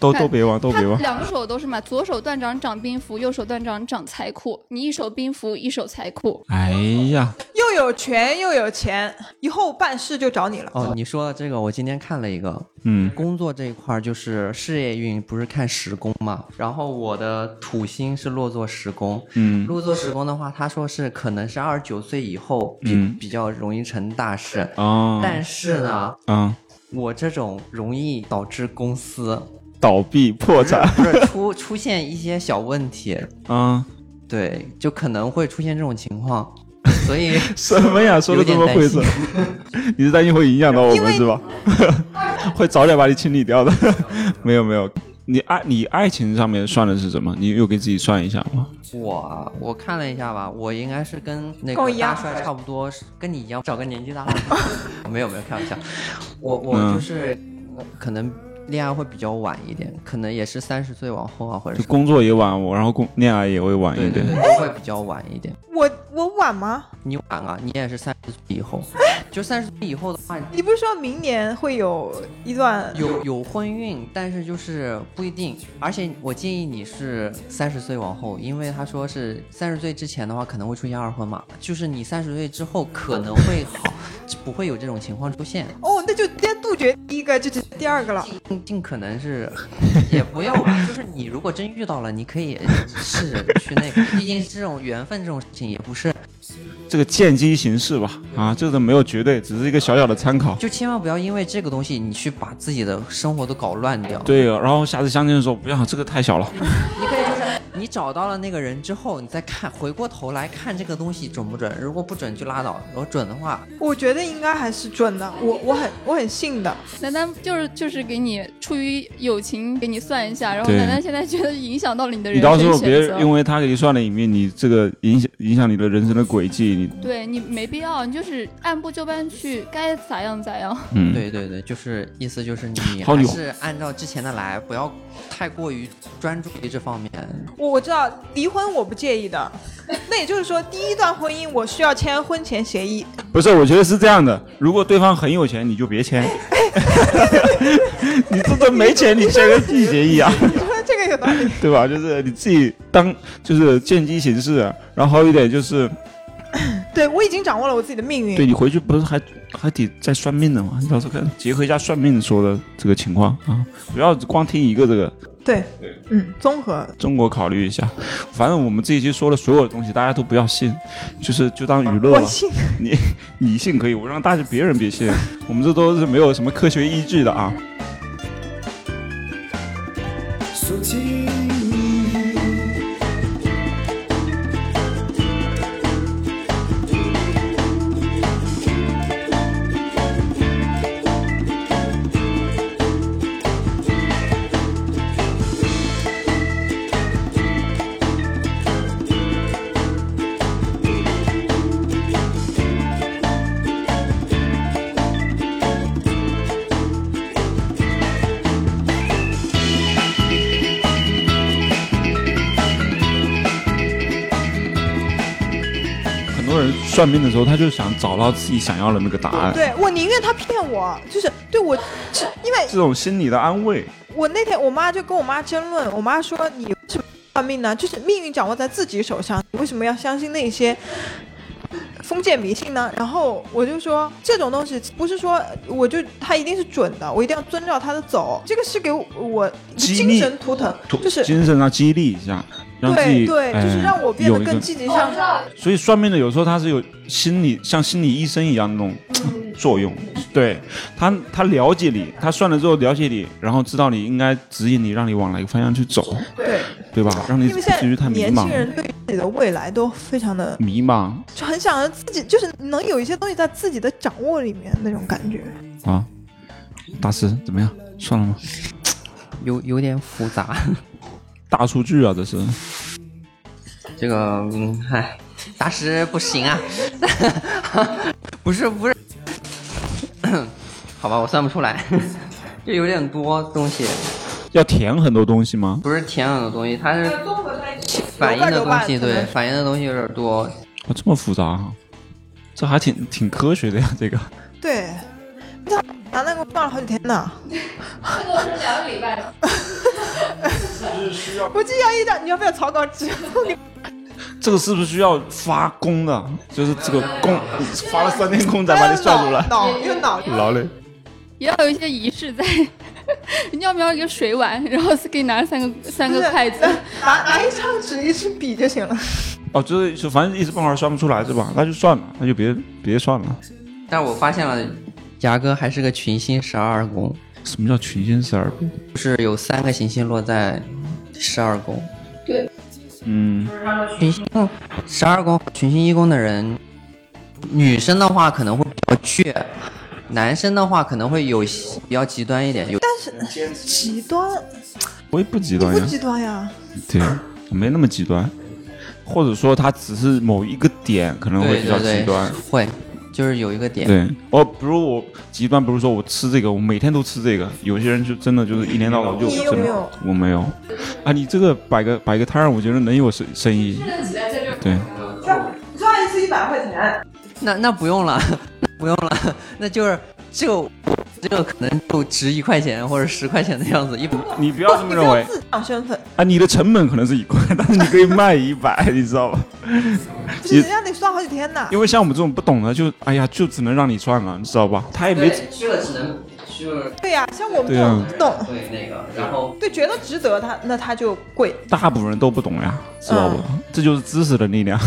都
看
都别忘，都
他
别忘。
两手都是嘛，左手断掌掌兵符，右手断掌掌财库。你一手兵符，一手财库，
哎呀，
又有权又有钱，以后办事就找你了。
哦，你说到这个，我今天看了一个
嗯，
工作这一块，儿，就是事业运不是看时宫嘛？然后我的土星是落座时宫，
嗯
落座时宫的话，他说是可能是二十九岁以后比、
嗯
比较容易成大事，
啊
但是呢，
啊，
我这种容易导致公司
倒闭破产
不是出出现一些小问题，
啊，
对，就可能会出现这种情况，所以
什么呀？说的
有
这
点
么
担
晦
心
涩，你是担心会影响到我
因
们
为
是吧？会早点把你清理掉的。 没有没有，你爱你爱情上面算的是什么？你有给自己算一下吗？
我我看了一下吧，我应该是跟那
跟我
个
一样
大帅差不多，是跟你一样，找个年纪大的。没有没有，开玩笑，我我
嗯
就是、呃可能恋爱会比较晚一点，可能也是三十岁往后啊，或者
就是工作也晚，我然后工恋爱也会晚
对
一
对
点
对，。都会比较晚一点。
我我晚吗？
你晚啊，你也是三十岁以后，就三十岁以后的话，
你不是说明年会有一段？
有有婚运，但是就是不一定。而且我建议你是三十岁往后，因为他说是三十岁之前的话可能会出现二婚嘛，就是你三十岁之后可能会好，不会有这种情况出现。
哦，那就直接杜绝第一个，就直接第二个了。
尽尽可能是，也不要吧。就是你如果真遇到了，你可以试着去那个，毕竟这种缘分这种事情也不是，
这个见机行事吧，啊，这个没有绝对，只是一个小小的参考。
就千万不要因为这个东西你去把自己的生活都搞乱掉。
对，然后下次相亲的时候不要，这个太小了。
你可以就是你找到了那个人之后，你再看，回过头来看这个东西准不准。如果不准就拉倒，如果准的话，
我觉得应该还是准的，我我很我很信的。
楠楠就是就是给你出于友情给你算一下，然后
对
楠楠现在觉得影响到了你的
你
人
到时
生
候别
选择，
因为他给你算了一命，你这个影响影响你的人生的轨迹，你
对你没必要，你就是按部就班去，该咋样咋样。
嗯，
对对对，就是意思就是 你
好
还
你
是按照之前的来，不要太过于专注于这方面。
我我知道离婚我不介意的，那也就是说第一段婚姻我需要签婚前协议，
不是，我觉得是这样的，如果对方很有钱，你就别 签。你这都没钱，你签个屁协 议啊，
你说这个有道理？
对吧？就是你自己当就是见机啊行事，然后还有一点就是，
对我已经掌握了我自己的命
对
运，
你回去不是还还得再算命的嘛，你到时候看结合一下算命说的这个情况啊，不要光听一个这个，
对，嗯，综合
中国考虑一下。反正我们这一期说的所有的东西，大家都不要信，就是就当娱乐
我
吧。
信，
你你信可以，我让大家别人别信，我们这都是没有什么科学依据的啊。
说情意。
很多人算命的时候，他就想找到自己想要的那个答案，
对我宁愿他骗我，就是对我，是因为
这种心理的安慰。
我那天我妈就跟我妈争论，我妈说你为什么算命呢？就是命运掌握在自己手上，你为什么要相信那些封建迷信呢？然后我就说这种东西不是说我就它一定是准的，我一定要遵照它的走，这个是给我
激
精
励
神图腾，就是。
精神上啊激励一下，让自
对
己
对，
哎
就是让我变
有
得
一
更
个。
积极向上。
所以算命的有时候他是有心理像心理医生一样那种作用，
嗯
对他他了解你，他算了之后了解你，然后知道你应该指引你，让你往哪个方向去走，
对，
对吧？让你
因为现
不至于太
在
迷
年轻
茫
人对自己的未来都非常的，
迷茫
就很想自己就是能有一些东西在自己的掌握里面那种感觉。
啊。大师怎么样？算了吗？
有有点复杂。
大数据啊，这是
这个，嗯，唉，大师不行啊， 不是不是， 好吧，我算不出来， 就有点多东西，
要填很多东西吗？
不是填很多东西，它是
综合在一起，
反应的
有
东
伴有
西，
伴可
对，
能
反应的东西有点多，
啊，这么复杂啊？这还挺挺科学的呀，这个。
对，他拿那个放了好几天呢。
这个是两个礼拜的，
我就要一张，你要不要草稿纸？
这个是不是需要发功的？就是这个功发了三天功才把你算出
哎
来，
脑用脑。
劳累。
也要有一些仪式在。 你要不要一个水碗？然后给你拿三个三个筷子。
拿拿一张纸，一支笔就行了。
哦，就是就反正一时半会儿算不出来是吧？那就算了，那就别别算了。
但是我发现了，牙哥还是个群星十二宫，
什么叫群星十二宫？
就是有三个行星落在十二宫，
嗯，
群星哦十二宫和群星一宫的人，女生的话可能会比较倔，男生的话可能会有比较极端一点，有
但是极端
我也不极
你
端
不
呀，
极端呀？
对，啊没那么极端。或者说他只是某一个点可能会
对
比较
对
极
对
端，，
会就是有一个点，
对，哦，比如我极端，比如说我吃这个，我每天都吃这个。有些人就真的就是一天到晚就
你有
真的
没有，
我没有。啊，你这个摆个摆个摊儿，我觉得能有生生意。对，
赚赚一次一百块钱，
那那不用了， 那不用了，那就是这个这个可能就值一块钱或者十块钱的样子，一百
你不要这
你
么
不
认为
要自降身份，
啊！你的成本可能是一块，但是你可以卖一百， 你知道吧？
不是人家得算好几天呢。
因为像我们这种不懂的，就哎呀，就只能让你赚了，你知道吧？他也没
这个只能就是
对呀，像我们
对
这
呀
种不懂，
对那个，然后
对，觉得值得他，那他就贵。
大部分人都不懂呀，知道不？
嗯
这就是知识的力量。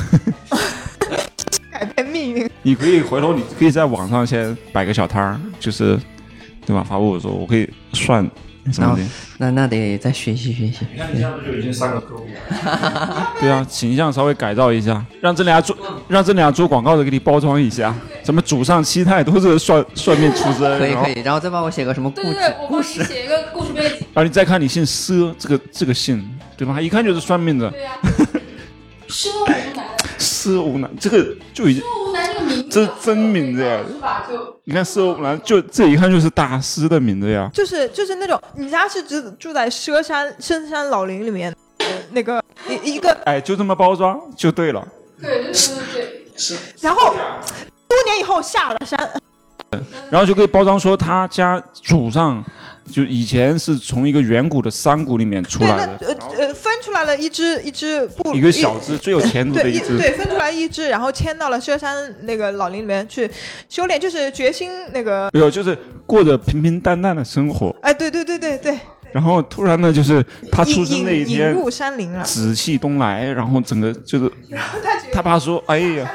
改变命运，
你可以回头，你可以在网上先摆个小摊儿，就是对吧？发布我说我可以算什么的。
那那得再学习学习，
对啊，形象稍微改造一下，让这俩做让这俩做广告的给你包装一下，什么祖上七代都是算算命出身，
可以
然后
可以，然后再帮我写个什么故
对对
事
对，我帮
故
你
事，
写一个故事背景。
然后你再看你姓佘这个这个姓，对吧？他一看就是算命的，
对 呀、啊，奢无难，
佘无难这个就已经，
奢无难这个名字，
这是真名字呀
是吧？就
你看佘无难就这一看就是大师的名字呀。
就是就是那种，你家是只住在佘山深山老林里面，呃那个一一个
哎，就这么包装就对了。
对对对对对。
然后多年以后下了山，
然后就可以包装说他家祖上就以前是从一个远古的山谷里面出
对，
来
那
的，
呃呃分出来了一只一只部
一个小只最有前途的
对
一
一
只，
对分出来一只，然后迁到了佘山那个老林里面去修炼，就是决心那个
没有就是过着平平淡淡的生活，
哎，对对对对对，
然后突然呢，就是他
引
出生那一
引
天
引，入山林了，
紫气东来，然后整个就是他爸说，哎呀，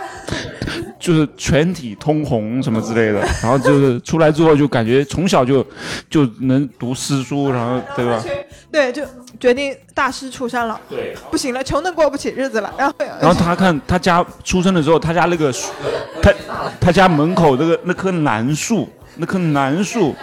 就是全体通红什么之 类的，然后就是出来之后就感觉从小就就能读诗书，然后对 吧？
对，就决定大师出山了，对，不行了，穷的过不起日子了，然后呃
然后他看他家出生的时候，他家那个树他他家门口那个那棵楠树，那棵楠树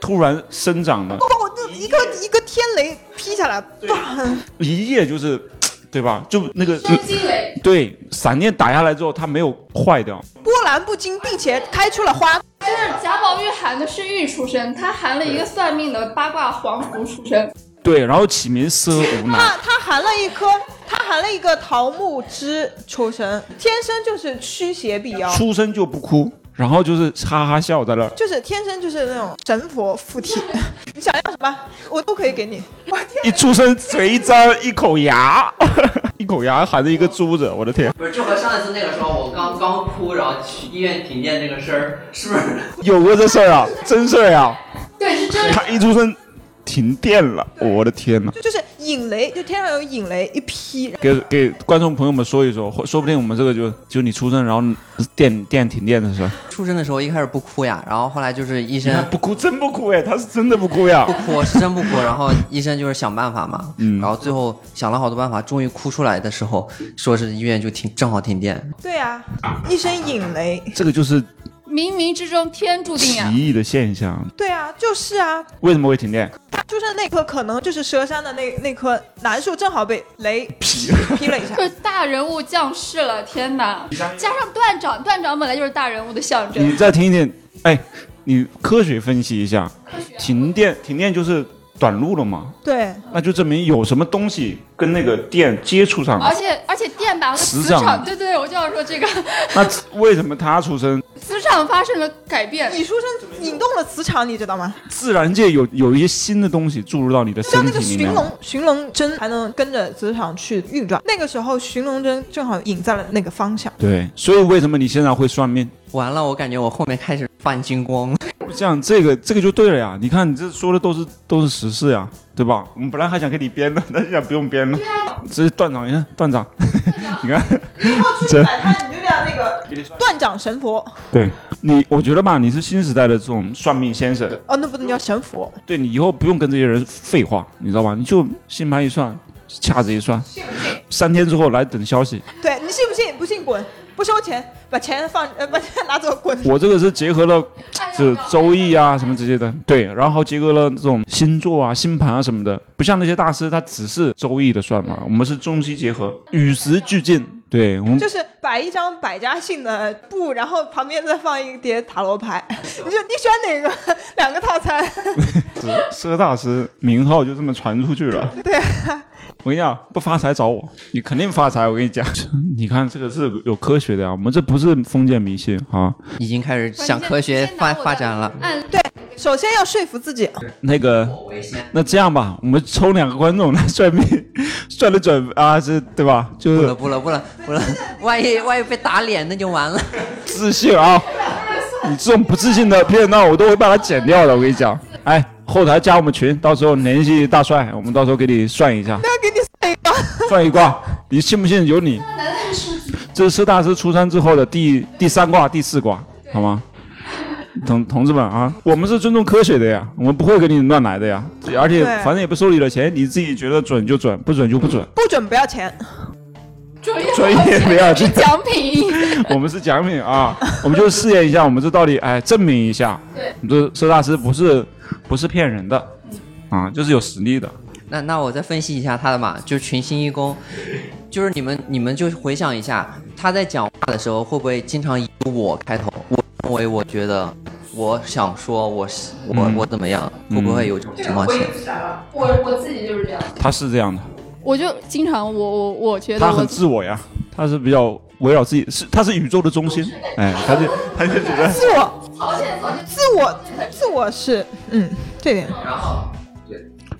突然生长了，
哇，我这一个一个天雷劈下来，砰
一夜就是。对吧？就那个
惊雷，
对闪电打下来之后，它没有坏掉，
波澜不惊，并且开出了花，
就是贾宝玉含的是玉出身，他含了一个算命的八卦黄符出身，
对，然后起名奢无难。
他他含了一颗，他含了一个桃木枝出生，天生就是驱邪避妖。
出生就不哭，然后就是哈哈笑在那儿。
就是天生就是那种神佛附体， 你想要什么我都可以给你。我天，
一出生嘴一张，一口牙， 一口牙含着一个珠子，我的天！
不是，就和上一次那个时候，我刚刚哭，然后去医院体检那个事儿，是不是？
有过这事儿啊，真事儿啊！
对，是真的。
他一出生停电了，我的天呐！
就就是引雷，就天上有引雷一劈，
给给观众朋友们说一说，或说不定我们这个就就你出生然后电电停电的时候，
出生的时候一开始不哭呀，然后后来就是医
你
生
看不哭真不哭哎，他是真的不哭呀
不！哭是真不 哭，然后医生就是想办法嘛，
嗯
然后最后想了好多办法，终于哭出来的时候，说是医院就停，正好停电，
对啊，一声引雷，
这个就是
冥冥之中天注定
奇
呀、
异的现象，
对啊，就是啊，
为什么会停电？
他出生那棵可能就是佘山的那那棵楠树正好被雷劈劈 了一下
就。是大人物降世了，天哪！加上段长，段长本来就是大人物的象
你
征。
再听一听，哎，你科学分析一下，
啊
停电停电就是短路了嘛，
对，
那就证明有什么东西跟那个电接触上
而
哎
了。
且而且电把和磁
磁场
场，对对，我就要说这个
那为什么它出生？
磁场发生了改变。哎
你出生引动了磁场，你知道吗？
自然界有有一些新的东西注入到你的
像
身
那个
体里
寻
面。
龙寻龙针才能跟着磁场去运转。那个时候寻龙针正好引在了那个方向。
对，所以为什么你现在会算命？
完了，我感觉我后面开始泛金 光了，
这样这个这个就对了呀。你看你这说的都是都是实事呀，对吧？我们本来还想给你编的，但现在不用编了。
啊
这是段长，你看段长，你看。
以后去
这
摆摊，你就俩那个断掌神佛。
对你，我觉得吧，你是新时代的这种算命先生，
哦，那不能叫神佛，
对你以后不用跟这些人废话，你知道吧？你就星盘一算，掐指一算，三天之后来等消息。
对你信不信？不信滚，不收钱，把钱放呃把钱拿走滚。
我这个是结合了
哎呀
这周易啊什么之类的，对，然后结合了这种星座啊、星盘啊什么的，不像那些大师他只是周易的算法，我们是中西结合，与时俱进。对我们
就是摆一张百家姓的布，然后旁边再放一叠塔罗牌，你就你选哪个？两个套餐。
佘大师名号就这么传出去了。
对啊
我跟你讲，不发财找我，你肯定发财。我跟你讲，你看这个是有科学的呀、我们这不是封建迷信啊。
已经开始向科学发发 展了。
按
首先要说服自己，
那个，那这样吧，我们抽两个观众来算命， 算的准啊，这对吧？就
不了
是
不了不了不了， 万一万一被打脸那就完了。
自信啊。 你这种不自信的片段，我都会把它剪掉的。我跟你讲，哎，后台加我们群，到时候联系大帅，我们到时候给你算一下。
要给你算一个。
算一卦，你信不信由你。这是大师出山之后的第第三卦、第四卦，好吗？同同志们啊，我们是尊重科学的呀，我们不会给你乱来的呀，而且
对
反正也不收你的钱，你自己觉得准就准，不准就不准。
不准不要钱，
专业
专业不要去
奖品，
我们是奖品啊，我们就试验一下，我们这到底哎证明一下，我们这佘大师不是不是骗人的啊，就是有实力的。
那那我再分析一下他的嘛，就是群星一宫，就是你们你们就回想一下，他在讲话的时候会不会经常以我开头？我认为我觉得我想说我是我、
嗯
我怎么样，会不会有这种情况？
我我自己就是这样，
他是这样的，
我就经常我我我觉得
他
我
很自我呀，他是比较围绕自己，是他是宇宙的中心，哎，他就他就觉得
自我，自我，自我是，嗯，这点
然后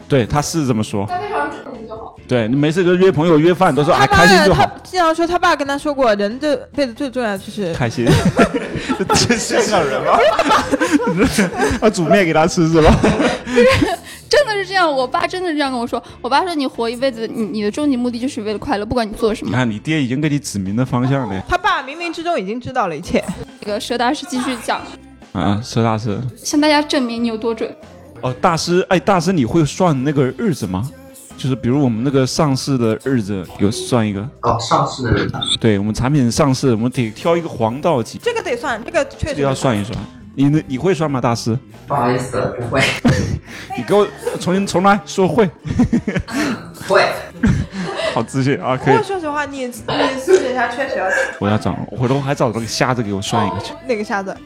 对，他是这么说。
在非常准确就好。
对，你没事就约朋友约饭，都说哎
他
开
妈
心
的，
就
他
好，
经常说他爸跟他说过，人这辈子最重要的就是
开心。这是香港人吗？要煮面给他吃是吧？
真的是这样，我爸真的是这样跟我说。我爸说你活一辈子，你你的终极目的就是为了快乐，不管你做什
你
么。
看你爹已经给你指明了方向了
他爸冥冥之中已经知道了一切。
那个佘大师继续讲，
啊，佘大师。
向大家证明你有多准。
哦，大师，哎，大师，你会算那个日子吗？就是比如我们那个上市的日子有算一个，
哦，上市的人
对我们产品上市，我们得挑一个黄道吉，
这个得算，这个
这
确实
个要算一算。你那你会算吗，大师？
不好意思，不会，
你给我重新重来说会，
会。
好自信啊，
不
可以
过，说实话，你你私底下确实要
我要找，我回头还找那个瞎子给我算一个去，
那个啥子，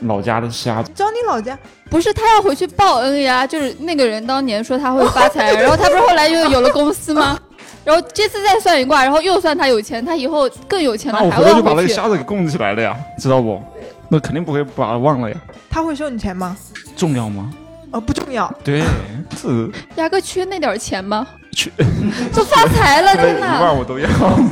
老家的瞎子，
找你老家，
不是他要回去报恩呀，就是那个人当年说他会发财，然后他不是后来又有了公司吗？ 然后这次再算一卦，然后又算他有钱，他以后更有钱了
那啊我
还
回头
要
就把那
回
个
去。
瞎子给供起来了呀，知道不？那肯定不会把他忘 了呀，
他会收你钱吗？
重要吗？
呃，不重要，
对， 这
压根缺那点儿钱吗？
缺
都发财了，
那
天
一
哪！
万我都要。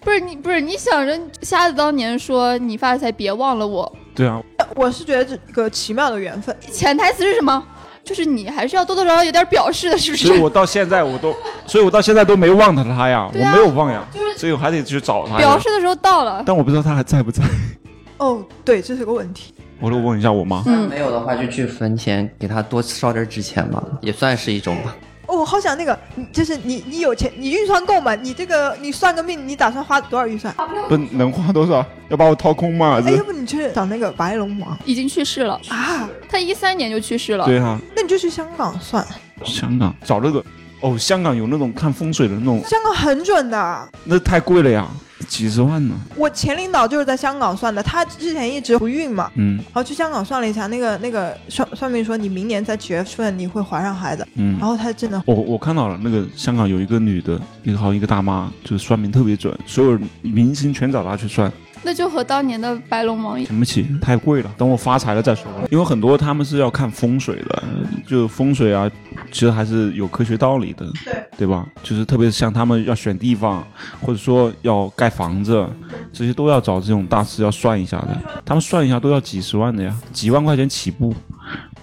不是你，不是你想着瞎子当年说你发财别忘了我，
对啊，
我是觉得这个奇妙的缘分。
潜台词是什么？就是你还是要多多少少有点表示的，是 不
所以
是？
我到现在我都，所以我到现在都没忘他他呀，我
对啊
没有忘呀，所以我还得去找他呀。
表示的时候到了，
但我不知道他还在不在，
哦，对，这是个问题。
我得问一下我 妈。
嗯，
没有的话就去坟前给他多烧点纸钱吧，也算是一种吧。
哦，我好想那个，你就是你，你有钱，你预算够吗？你这个，你算个命，你打算花多少预算？
不能花多少？要把我掏空吗？
哎，
这
要不你去找那个白龙王
已经去世了，
啊？
他一三年就去世了。
对啊，
那你就去香港算，
香港找那个哦，香港有那种看风水的那种，
香港很准的。
那太贵了呀，几十万呢。
我前领导就是在香港算的，他之前一直不孕嘛，
嗯
然后去香港算了一下，那个那个算算命说你明年在几月份你会怀上孩子，
嗯
然，后他真的
我我看到了，那个香港有一个女的，一个好像一个大妈，就是算命特别准，所有明星全找她去算，
那就和当年的白龙王一样，
请不起，太贵了，等我发财了再说吧。因为很多他们是要看风水的，就风水啊，其实还是有科学道理的，
对
对吧？就是特别是像他们要选地方，或者说要盖房子，这些都要找这种大师要算一下的。他们算一下都要几十万的呀，几万块钱起步，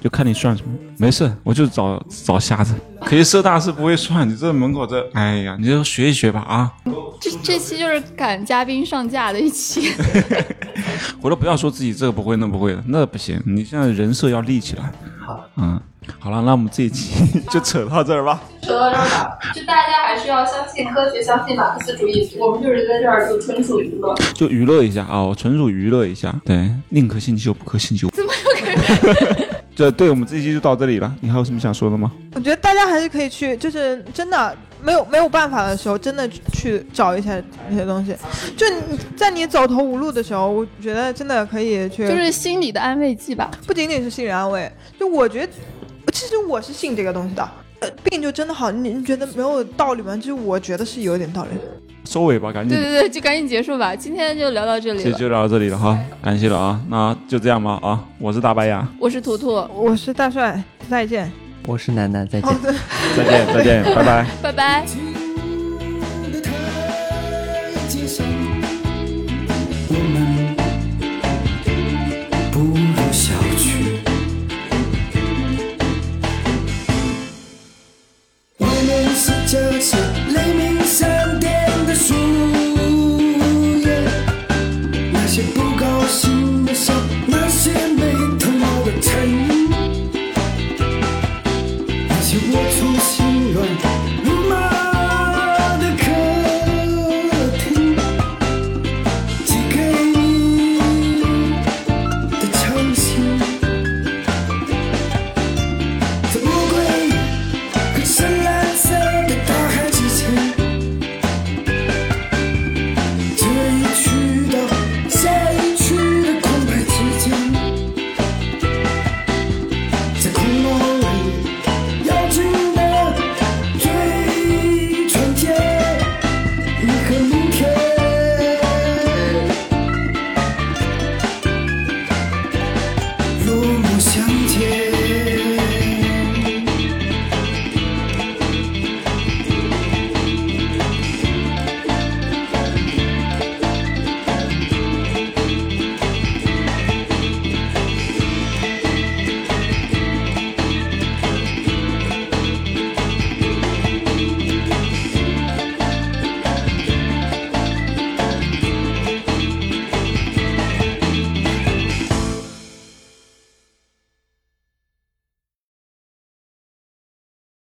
就看你算什么。没事，我就找找瞎子。可是社大师不会算，你这门口这，哎呀，你就学一学吧啊！
这这期就是赶嘉宾上架的一期。
回头不要说自己这个不会那不会的，那不行，你现在人设要立起来。好，嗯，好了，那我们这一期 就扯到这儿吧。
扯到这儿吧，
就大家还是要相信科学，相信马克思主义。我们就是在这儿就纯属娱乐。
就娱乐一下啊，我纯属娱乐一下，对，宁可信其有，不可信其无。怎么有这对我们这一期就到这里了，你还有什么想说的吗？
我觉得大家还是可以去，就是真的没有没有办法的时候，真的去找一些这些东西。就你在你走投无路的时候，我觉得真的可以去，
就是心理的安慰剂吧。
不仅仅是心理安慰。就我觉得，其实我是信这个东西的。呃，病就真的好，你你觉得没有道理吗？就是我觉得是有点道理的。
收尾吧，赶紧
对，对对，就赶紧结束吧，今天就聊到这里
这
了。
就聊到这里了哈，感谢了啊，那就这样吧啊，我是大白牙，
我是图图，
我是大帅，再见。
我是楠楠，再见
好。的。
再见再见，拜拜。
拜拜。
听得太轻声，我们不如小去。外面是家乡，雷鸣闪电的树叶，那些不高兴的伤，那些没头脑的尘。那些我从心乱如麻的客厅，寄给你的长信，在乌龟和深蓝色的大海之间，这一去到下一去的空白之间，在空落。